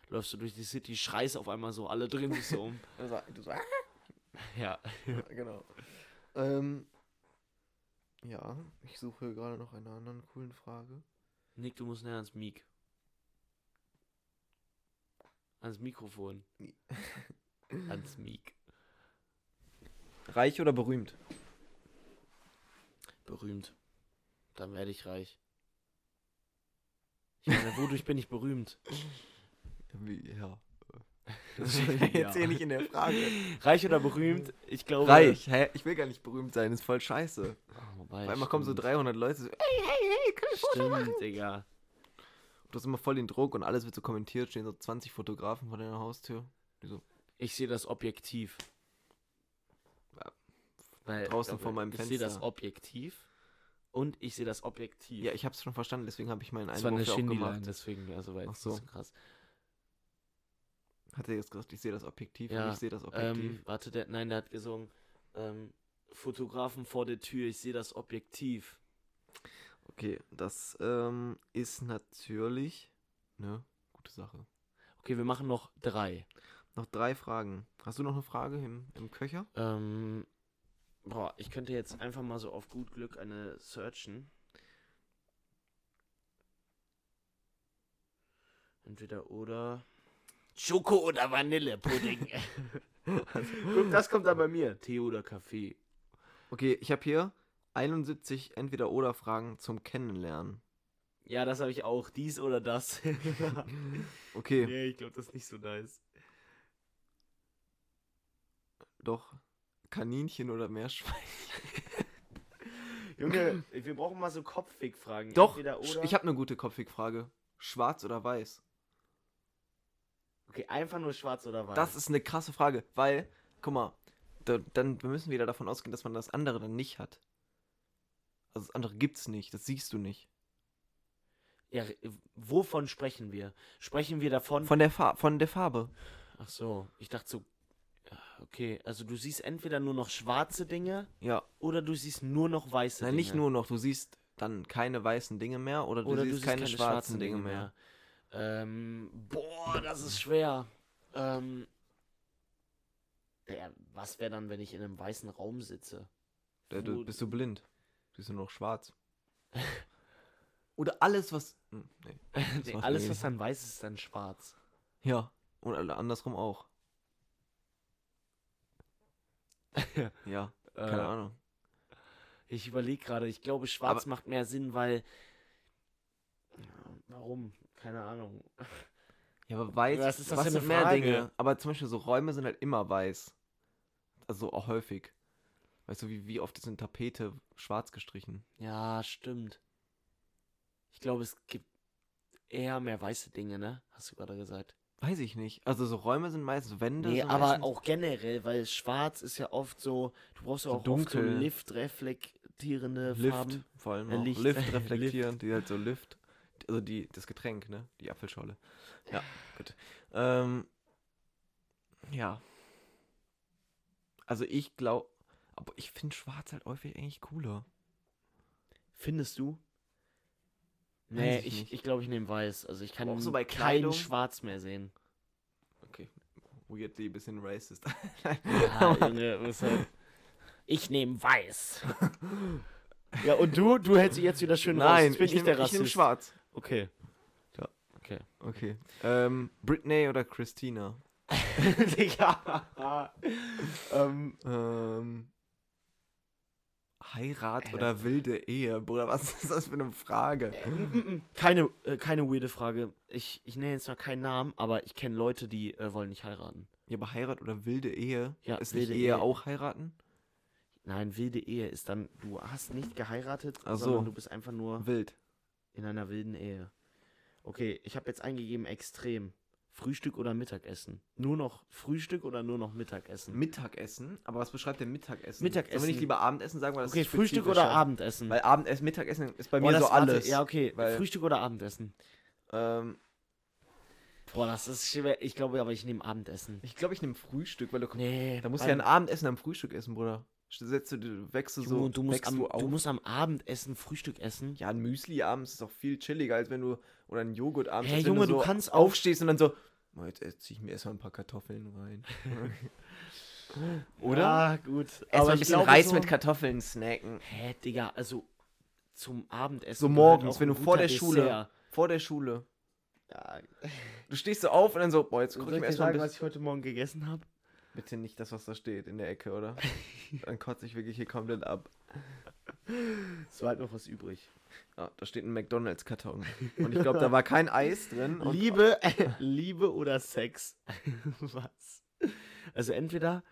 S1: Läufst du durch die City, schreist auf einmal so, alle drehen sich so um.
S2: Und so, du so, ah,
S1: ja.
S2: genau. Ähm, ja, ich suche gerade noch einer anderen coolen Frage.
S1: Nick, du musst näher ans Mic. Ans Mikrofon.
S2: Mi-
S1: ans Mic.
S2: Reich oder berühmt?
S1: Berühmt. Dann werde ich reich. Ich meine, wodurch bin ich berühmt?
S2: Ja.
S1: Das
S2: Jetzt ja. nicht in der Frage.
S1: Reich oder berühmt? Ich glaube.
S2: Oh, Reich, hä? Ich will gar nicht berühmt sein, ist voll scheiße.
S1: Oh, wobei,
S2: Auf einmal kommen so
S1: stimmt.
S2: 300 Leute, so, ey,
S1: Stimmt, Digga.
S2: du hast immer voll den Druck und alles wird so kommentiert, stehen so 20 Fotografen vor deiner Haustür. Die so,
S1: Ich sehe das objektiv.
S2: Ja.
S1: Weil,
S2: Draußen vor meinem
S1: Ich sehe das
S2: Fenster.
S1: objektiv und ich sehe das objektiv.
S2: ja, ich hab's schon verstanden, deswegen habe ich meinen
S1: das war eine
S2: Einwurf ja auch
S1: Shindy-Line,
S2: gemacht.
S1: deswegen, also war
S2: Ach
S1: jetzt
S2: so.
S1: nicht so krass.
S2: Hat er jetzt gesagt, ich sehe das Objektiv und
S1: Ja,
S2: ich sehe das Objektiv.
S1: Ähm, warte, der, nein, der hat gesungen, ähm, Fotografen vor der Tür, ich sehe das objektiv.
S2: Okay, das ähm, ist natürlich eine gute Sache.
S1: Okay, wir machen noch drei.
S2: Noch drei Fragen. Hast du noch eine Frage im, im Köcher?
S1: Ähm, boah, ich könnte jetzt einfach mal so auf gut Glück eine searchen. Entweder oder.
S3: Schoko oder Vanillepudding?
S1: Guck, das kommt dann bei mir. Tee oder Kaffee?
S2: Okay, ich habe hier 71 Entweder-Oder-Fragen zum Kennenlernen.
S1: Ja, das habe ich auch. Dies oder das.
S2: Okay,
S1: Nee, ich glaube, das ist nicht so nice.
S2: doch. Kaninchen oder Meerschweinchen?
S1: Junge, wir brauchen mal so Kopfwegfragen.
S2: Doch,
S1: Entweder
S2: sch-
S1: oder.
S2: ich habe eine gute Kopfwegfrage. Schwarz oder weiß?
S1: okay, einfach nur schwarz oder weiß.
S2: Das ist eine krasse Frage, weil, guck mal, da, dann müssen wir wieder davon ausgehen, dass man das andere dann nicht hat. Also das andere gibt's nicht, das siehst du nicht.
S1: ja, äh, wovon sprechen wir? Sprechen wir davon.
S2: Von der, Fa von der Farbe.
S1: Ach so, ich dachte so. Ah, Okay, also du siehst entweder nur noch schwarze Dinge
S2: Ja,
S1: oder du siehst nur noch weiße
S2: Nein,
S1: Dinge.
S2: nicht nur noch. Du siehst dann keine weißen Dinge mehr oder du,
S1: Oder
S2: siehst, keine, schwarzen Dinge mehr.
S1: mehr. Ähm, boah, das ist schwer. Ähm, ja, was wäre dann, wenn ich in einem weißen Raum sitze?
S2: Da, du,
S1: Wo-
S2: bist du blind. Bist du nur noch schwarz. oder alles, was. Hm, Nee.
S1: Nee,
S2: macht
S1: alles,
S2: irgendwie-
S1: was dann weiß ist, ist dann schwarz.
S2: Ja. Und alle- andersrum auch. ja, keine
S1: Äh,
S2: Ahnung.
S1: Ich überlege gerade, ich glaube, schwarz
S2: Aber-
S1: macht mehr Sinn, weil. Ja, Warum? Keine Ahnung.
S2: Ja, aber weiß.
S1: was ist das für
S2: sind
S1: eine
S2: mehr
S1: Frage?
S2: Dinge? Aber zum Beispiel so Räume sind halt immer weiß. Also auch häufig. Weißt du, wie, wie oft ist eine Tapete schwarz gestrichen?
S1: Ja, stimmt. Ich glaube, es gibt eher mehr weiße Dinge, ne? Hast du gerade gesagt.
S2: Weiß ich nicht. Also so Räume sind meistens Wände.
S1: Nee,
S2: sind
S1: aber
S2: meistens-
S1: auch generell, weil schwarz ist ja oft so, du brauchst ja
S2: So
S1: auch oft so
S2: dunkel.
S1: Lift reflektierende
S2: Lift,
S1: Farben.
S2: vor allem
S1: Äh,
S2: auch
S1: Licht.
S2: Lift reflektieren, die halt so Lift. schlecht. Also die, das Getränk, ne? Die Apfelschorle. Ja, gut. Ähm, ja. Also ich glaube, aber ich finde schwarz halt häufig eigentlich cooler.
S1: Findest du?
S2: Weiß
S1: Nee,
S2: ich
S1: ich glaube,
S2: nicht.
S1: ich, glaub, ich nehme weiß. Also ich kann
S2: Auch so bei Kleidung?
S1: keinen Schwarz mehr sehen.
S2: Okay. Weirdly, eh bisschen racist.
S1: Ja, Junge, was halt. Ich nehme weiß. ja, und du? Du hältst dich jetzt wieder schön
S2: Nein,
S1: raus. Jetzt bin
S2: ich
S1: ich der
S2: nehme
S1: Rassist.
S2: nehm schwarz.
S1: Okay.
S2: Ja.
S1: Okay.
S2: Okay. Ähm, Britney oder Christina?
S1: Digga. ähm,
S2: Ähm, Heirat
S1: Ey,
S2: oder wilde Ehe? Bruder, was ist das für eine Frage?
S1: keine, äh, keine weirde Frage. Ich, ich nenne jetzt mal keinen Namen, aber ich kenne Leute, die äh, wollen nicht heiraten.
S2: Ja, aber Heirat oder wilde Ehe?
S1: Ja,
S2: ist nicht
S1: wilde
S2: Ehe
S1: Ehe.
S2: auch heiraten?
S1: Nein, wilde Ehe ist dann, du hast nicht geheiratet,
S2: Ach so.
S1: sondern du bist einfach nur
S2: Wild.
S1: in einer wilden Ehe. Okay, ich habe jetzt eingegeben extrem. Frühstück oder Mittagessen? Nur noch Frühstück oder nur noch Mittagessen?
S2: Hm. Mittagessen? Aber was beschreibt denn Mittagessen?
S1: Mittagessen.
S2: Sollen wir nicht lieber Abendessen sagen? Weil das
S1: okay,
S2: ist
S1: Frühstück
S2: spezifischer?
S1: oder Abendessen?
S2: Weil Abendessen, Mittagessen ist bei
S1: Boah,
S2: mir so
S1: das- warte,
S2: alles.
S1: Ja, okay.
S2: Weil-
S1: Frühstück oder Abendessen?
S2: ähm,
S1: Boah, das ist schwer. Ich glaube aber, ich nehme Abendessen.
S2: ich glaube, ich nehme Frühstück, weil du
S1: Nee.
S2: Da musst du ja
S1: weil-
S2: ein Abendessen am Frühstück essen, Bruder. Setzt du, du wächst du
S1: Du,
S2: so,
S1: du, musst
S2: wächst
S1: am,
S2: du
S1: du,
S2: auf.
S1: musst am Abendessen Frühstück essen.
S2: ja, ein Müsli abends ist auch viel chilliger, als wenn du, oder ein Joghurt abends,
S1: Hey,
S2: als
S1: Junge,
S2: wenn du,
S1: du
S2: so
S1: kannst auch-
S2: aufstehst und dann so, "Oh, jetzt äh, zieh ich mir erstmal ein paar Kartoffeln rein. Oder?
S1: Ja, Ah, gut.
S2: erstmal ein
S1: ich
S2: bisschen
S1: glaube
S2: Reis
S1: so-
S2: mit Kartoffeln snacken.
S1: Hä, Digga, also zum Abendessen.
S2: So
S1: gehört
S2: morgens,
S1: auch
S2: wenn
S1: ein
S2: du vor
S1: guter
S2: der Schule,
S1: Dessert.
S2: vor der Schule,
S1: Ja,
S2: du stehst so auf und dann so, boah, jetzt guck
S1: soll
S2: ich
S1: ich
S2: mir
S1: dir
S2: erstmal ein
S1: sagen, was
S2: bisschen,
S1: ich heute Morgen gegessen habe?
S2: bitte nicht das, was da steht in der Ecke, oder? dann kotze ich wirklich hier komplett ab.
S1: Es war halt noch was übrig.
S2: Ja, Ah, da steht ein McDonalds-Karton. Und ich glaube, da war kein Eis drin. Und
S1: Liebe, äh, Liebe oder Sex? was? Also entweder.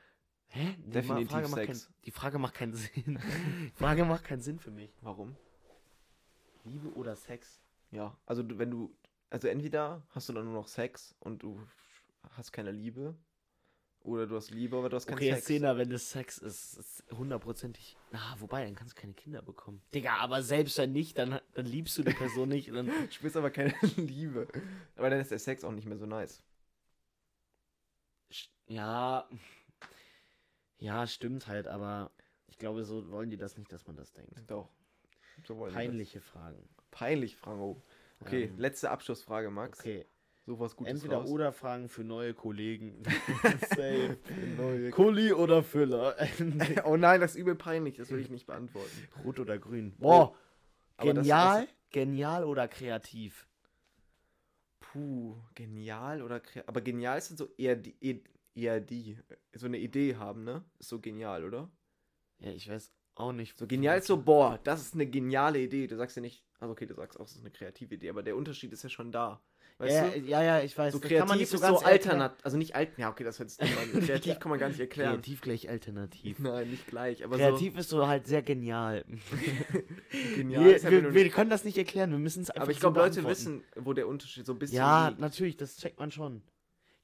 S1: Hä? Die
S2: Definitiv
S1: Frage macht
S2: Sex.
S1: Kein, die Frage macht keinen Sinn. Die Frage macht keinen Sinn für mich.
S2: Warum?
S1: Liebe oder Sex?
S2: Ja, also du, wenn du, also entweder hast du dann nur noch Sex und du hast keine Liebe, oder du hast Liebe, aber du hast keinen
S1: Okay,
S2: Sex.
S1: Szene, wenn es Sex ist, ist hundertprozentig. Na, wobei, dann kannst du keine Kinder bekommen. Digga, aber selbst wenn nicht, dann, dann liebst du die Person nicht. und Dann,
S2: Du spürst aber keine Liebe. Aber dann ist der Sex auch nicht mehr so nice.
S1: Sch- ja. Ja, stimmt halt, aber ich glaube, so wollen die das nicht, dass man das denkt.
S2: Doch. So wollen wir das.
S1: Peinliche Fragen.
S2: Peinlich, Franco. Okay,
S1: Ähm,
S2: letzte Abschlussfrage, Max.
S1: Okay.
S2: So was Gutes
S1: Entweder
S2: raus.
S1: oder Fragen für neue Kollegen. Safe.
S2: Neue-
S1: Kuli oder Füller?
S2: Oh nein, das ist übel peinlich, das will ich nicht beantworten.
S1: Rot oder grün?
S2: Boah,
S1: Boah,
S2: aber das-
S1: genial, genial oder kreativ?
S2: Puh, genial oder kre- Aber genial ist dann so eher die, eh- eher die, so eine Idee haben, ne? Ist so genial, oder?
S1: Ja, ich weiß auch nicht.
S2: So genial ist so, boah, das ist eine geniale Idee. Du sagst ja nicht, also okay, du sagst auch, es ist eine kreative Idee, aber der Unterschied ist ja schon da. Weißt
S1: ja,
S2: du?
S1: ja, ja, ich weiß.
S2: So
S1: das
S2: kreativ
S1: kann man nicht
S2: ist
S1: ganz
S2: so
S1: erklären.
S2: alternativ, also nicht alt, ja okay, das jetzt kreativ kann man gar nicht erklären.
S1: Kreativ gleich alternativ.
S2: Nein, nicht gleich, aber
S1: Kreativ ist so halt sehr genial.
S2: so
S1: wir,
S2: ist ja, wenn du
S1: wir, wir
S2: nicht-
S1: können das nicht erklären, wir müssen es einfach
S2: aber ich
S1: so
S2: glaube, Leute
S1: beantworten.
S2: wissen, wo der Unterschied so ein bisschen
S1: Ja,
S2: liegt.
S1: natürlich, das checkt man schon.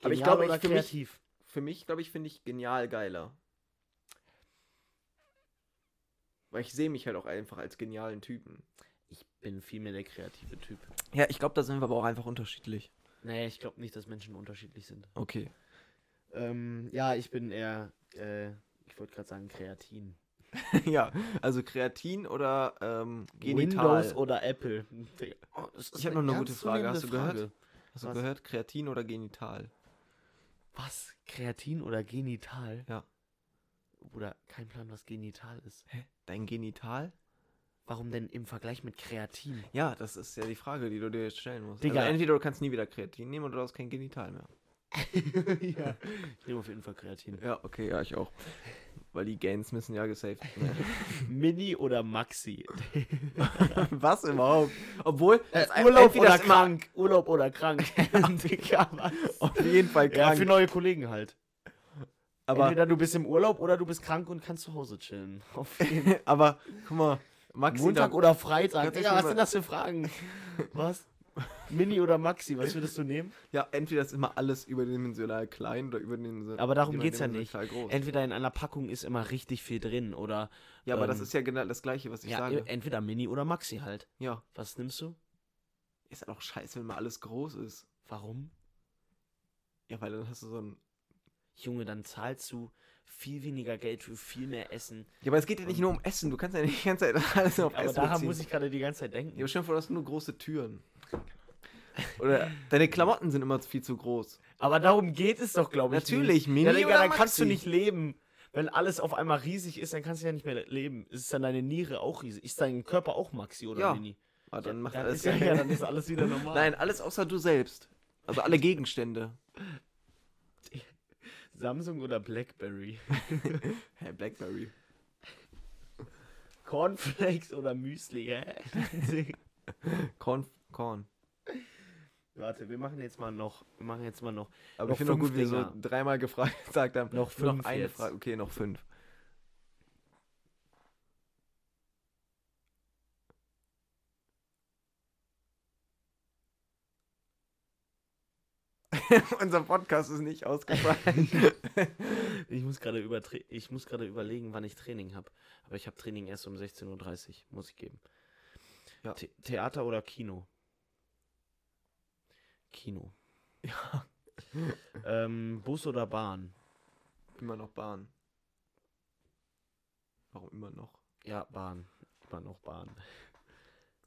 S2: Aber ich
S1: Genial
S2: glaube,
S1: oder
S2: ich- für mich-
S1: kreativ.
S2: Für mich, glaube ich, finde ich genial geiler. Weil ich sehe mich halt auch einfach als genialen Typen.
S1: Ich bin vielmehr der kreative Typ.
S2: Ja, ich glaube, da sind wir aber auch einfach unterschiedlich.
S1: Nee, ich glaube nicht, dass Menschen unterschiedlich sind.
S2: Okay.
S1: Ähm, ja, ich bin eher, äh, ich wollte gerade sagen, Kreatin.
S2: ja, also Kreatin oder ähm, Genital.
S1: Windows oder Apple. Digga, oh, das ist
S2: Ich hab noch eine gute
S1: ernst
S2: Frage, hast
S1: zu
S2: du gehört?
S1: nehmende
S2: Hast du
S1: Was?
S2: gehört, Kreatin oder Genital?
S1: Was? Kreatin oder Genital?
S2: Ja.
S1: Oder kein Plan, was Genital ist.
S2: Dein Genital?
S1: Warum denn im Vergleich mit Kreatin?
S2: Ja, das ist ja die Frage, die du dir jetzt stellen musst.
S1: Digga.
S2: Also entweder du kannst nie wieder Kreatin nehmen oder du hast kein Genital mehr.
S1: ja. Ich nehme auf jeden Fall Kreatin.
S2: Ja, okay, ja, ich auch. Weil die Gains müssen ja gesaved werden.
S1: Mini oder Maxi? Äh,
S2: Was überhaupt? Obwohl, das ein-
S1: Urlaub
S2: entweder
S1: oder
S2: ist immer
S1: krank? Urlaub oder krank? Digga, was?
S2: Auf jeden Fall
S1: Ja,
S2: krank.
S1: für neue Kollegen halt.
S2: aber,
S1: Entweder du bist im Urlaub oder du bist krank und kannst zu Hause chillen. Auf jeden
S2: aber, guck mal, Maxi.
S1: Montag
S2: da-
S1: oder
S2: Ganz
S1: Freitag. Digga,
S2: ehrlich,
S1: was
S2: mal-
S1: sind das für Fragen? Was? Mini oder Maxi, was würdest du nehmen?
S2: Ja, entweder ist immer alles überdimensional klein oder überdimensional.
S1: Aber darum geht's ja nicht.
S2: überdimensional Groß.
S1: Entweder in einer Packung ist immer richtig viel drin oder
S2: ja, aber das
S1: ähm,
S2: ist ja genau das Gleiche, was ich
S1: ja,
S2: sage.
S1: entweder Mini oder Maxi halt.
S2: Ja,
S1: Was nimmst du?
S2: Ist halt auch scheiße, wenn mal alles groß ist.
S1: Warum?
S2: Ja, weil dann hast du so ein.
S1: Junge, dann zahlst du viel weniger Geld für viel mehr Essen.
S2: Ja, aber es geht ja nicht nur um Essen. Du kannst ja nicht die ganze Zeit alles auf
S1: Aber
S2: Essen
S1: daran
S2: beziehen.
S1: muss ich gerade die ganze Zeit denken.
S2: Ja, aber stell dir vor, du hast nur große Türen. Oder deine Klamotten sind immer viel zu groß.
S1: Aber darum geht es doch, glaube ich. nicht.
S2: Natürlich, Mini
S1: Ja, Digga,
S2: oder
S1: dann kannst du
S2: Maxi?
S1: nicht leben. Wenn alles auf einmal riesig ist, dann kannst du ja nicht mehr leben. Ist dann deine Niere auch riesig? Ist dein Körper auch Maxi oder
S2: Ja.
S1: Mini?
S2: Ah, dann macht
S1: Dann
S2: alles
S1: ist ja,
S2: keinen-
S1: ja, dann ist alles wieder normal.
S2: Nein, alles außer du selbst. Also alle Gegenstände.
S1: Samsung oder Blackberry?
S2: Hey, Blackberry.
S1: Cornflakes oder Müsli, hä?
S2: Korn. Korn.
S1: Warte, wir machen jetzt mal noch, wir machen jetzt mal noch,
S2: Aber
S1: Noch
S2: ich finde auch
S1: fünf
S2: gut, wie wir so
S1: Dinger.
S2: dreimal gefragt gesagt haben.
S1: Noch
S2: Nur
S1: fünf
S2: eine
S1: jetzt.
S2: Frage. Okay, noch fünf. Unser Podcast ist nicht ausgefallen.
S1: ich muss gerade übertre- ich muss gerade überlegen, wann ich Training habe. Aber ich habe Training erst um 16.30 Uhr, muss ich geben.
S2: Ja.
S1: The Theater oder Kino? Kino.
S2: ja,
S1: Ähm, Bus oder Bahn?
S2: immer noch Bahn. Warum immer noch?
S1: Ja, Bahn. Immer noch Bahn.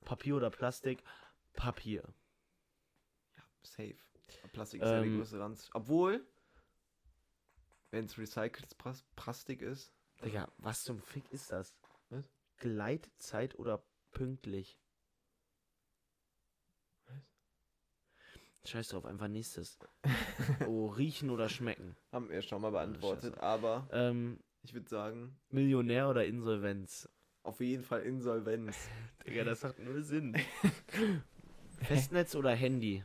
S1: Papier oder Plastik? Papier.
S2: Ja, safe. Plastik ist ja der
S1: Ähm.
S2: größte Ranz. Obwohl, wenn es recyceltes Plas- Plastik ist,
S1: Digga, was zum Fick ist das?
S2: Was?
S1: Gleitzeit oder pünktlich? Scheiß drauf, einfach nächstes. Oh, riechen oder schmecken?
S2: haben wir schon
S1: Ah,
S2: mal beantwortet. aber
S1: Ähm,
S2: ich würde sagen,
S1: Millionär oder Insolvenz?
S2: auf jeden Fall Insolvenz.
S1: Digga, das macht nur Sinn. Festnetz oder Handy?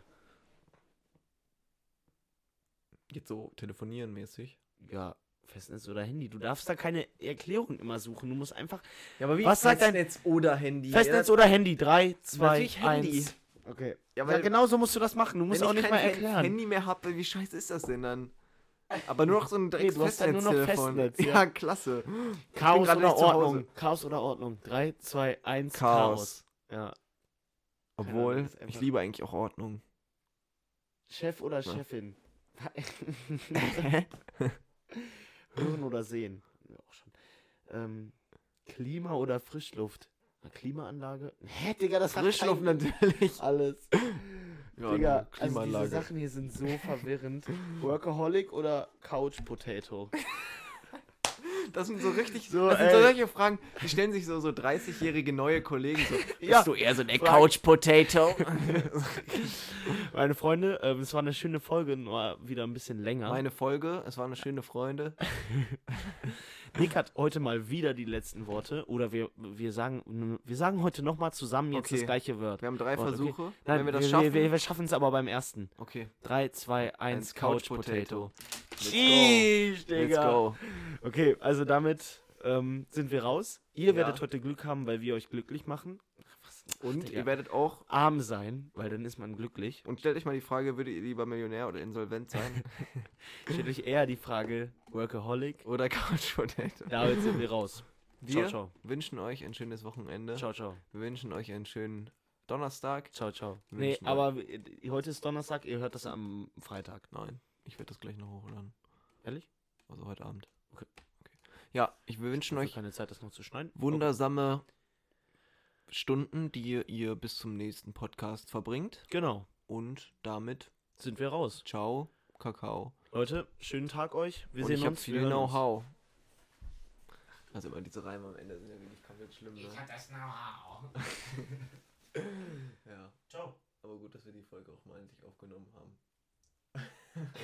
S2: Jetzt so telefonieren mäßig.
S1: Ja, Festnetz oder Handy. Du darfst da keine Erklärung immer suchen. Du musst einfach.
S2: Ja, aber wie
S1: Was sagt dein-
S2: Festnetz oder Handy?
S1: Festnetz
S2: ja,
S1: oder Handy? 3, 2,
S2: Natürlich Handy.
S1: 1. Okay.
S2: Ja,
S1: Ja,
S2: weil-
S1: genau so musst du das machen. Du
S2: wenn
S1: musst
S2: ich
S1: auch nicht
S2: kein
S1: mal
S2: Fe-
S1: erklären.
S2: Handy mehr habe, wie scheiße ist das denn dann? Aber nur noch so ein
S1: Nee,
S2: drecks
S1: du hast dann nur noch
S2: Festnetztelefon.
S1: Festnetz,
S2: ja.
S1: ja.
S2: klasse. Ich bin
S1: Chaos
S2: gerade
S1: oder
S2: nicht zu Hause.
S1: Ordnung. Chaos oder Ordnung. 3, 2, 1,
S2: Chaos.
S1: Chaos. Ja. Keine
S2: Obwohl,
S1: Ahnung, ist
S2: ich
S1: einfach-
S2: liebe eigentlich auch Ordnung.
S1: Chef oder
S2: Ja.
S1: Chefin? Hören oder sehen? Hatten wir Auch schon. Ähm, Klima oder Frischluft? Na, Klimaanlage? Hä, Digga, das hat
S2: Frischluft
S1: kein-
S2: natürlich.
S1: alles. Digga,
S2: Ja, eine
S1: also diese
S2: Klimaanlage.
S1: Sachen hier sind so verwirrend. Workaholic oder Couch Potato?
S2: Das sind so richtig
S1: So,
S2: das sind so
S1: ey.
S2: solche Fragen, die stellen sich so, so 30-jährige neue Kollegen so.
S1: Ja.
S2: Bist du eher so der
S1: Frag-
S2: Couch Potato?
S1: Meine Freunde, ähm, es war eine schöne Folge, nur wieder ein bisschen länger.
S2: Meine Folge, es waren schöne Freunde.
S1: Nick hat heute mal wieder die letzten Worte. Oder wir, wir, sagen, wir sagen heute nochmal zusammen jetzt
S2: Okay.
S1: das gleiche Wort.
S2: Wir haben drei
S1: Oh, okay.
S2: Versuche.
S1: Nein,
S2: Wenn wir das
S1: wir,
S2: schaffen.
S1: Wir, wir schaffen es aber beim ersten.
S2: okay.
S1: 3, 2, 1,
S2: Eins
S1: Couch Potato.
S2: Let's go.
S1: Sheesh,
S2: Let's go.
S1: Okay, also damit ähm, sind wir raus. Ihr
S2: Ja.
S1: werdet heute Glück haben, weil wir euch glücklich machen.
S2: Und
S1: Digga.
S2: ihr werdet auch
S1: Arm sein, weil dann ist man glücklich.
S2: und stellt euch mal die Frage, würdet ihr lieber Millionär oder insolvent sein
S1: Stellt euch eher die Frage, Workaholic.
S2: oder Couch Potato?
S1: Damit sind wir raus.
S2: Wir
S1: Ciao,
S2: wünschen euch ein schönes Wochenende.
S1: ciao. Ciao, ciao.
S2: Wir wünschen euch einen schönen Donnerstag.
S1: Ciao, ciao. Nee,
S2: Wünschen wir-
S1: aber äh, heute ist Donnerstag, ihr hört das am Freitag.
S2: Nein, ich werde das gleich noch hochladen.
S1: Ehrlich?
S2: Also heute Abend.
S1: Okay.
S2: okay. Ja, ich wünschen
S1: Ich
S2: euch
S1: keine Zeit, das noch zu schneiden.
S2: wundersame Stunden, die ihr bis zum nächsten Podcast verbringt.
S1: Genau.
S2: Und damit,
S1: Sind wir raus.
S2: ciao, Kakao.
S1: Leute, schönen Tag euch. Wir
S2: Und
S1: sehen
S2: ich
S1: uns.
S2: hab
S1: wir
S2: viel
S1: hören uns.
S2: Know-how. Also immer diese Reime am Ende sind ja wirklich komplett schlimm. Ne?
S3: Ich hab das Know-how.
S2: Ja,
S1: Ciao.
S2: aber gut, dass wir die Folge auch mal endlich aufgenommen haben.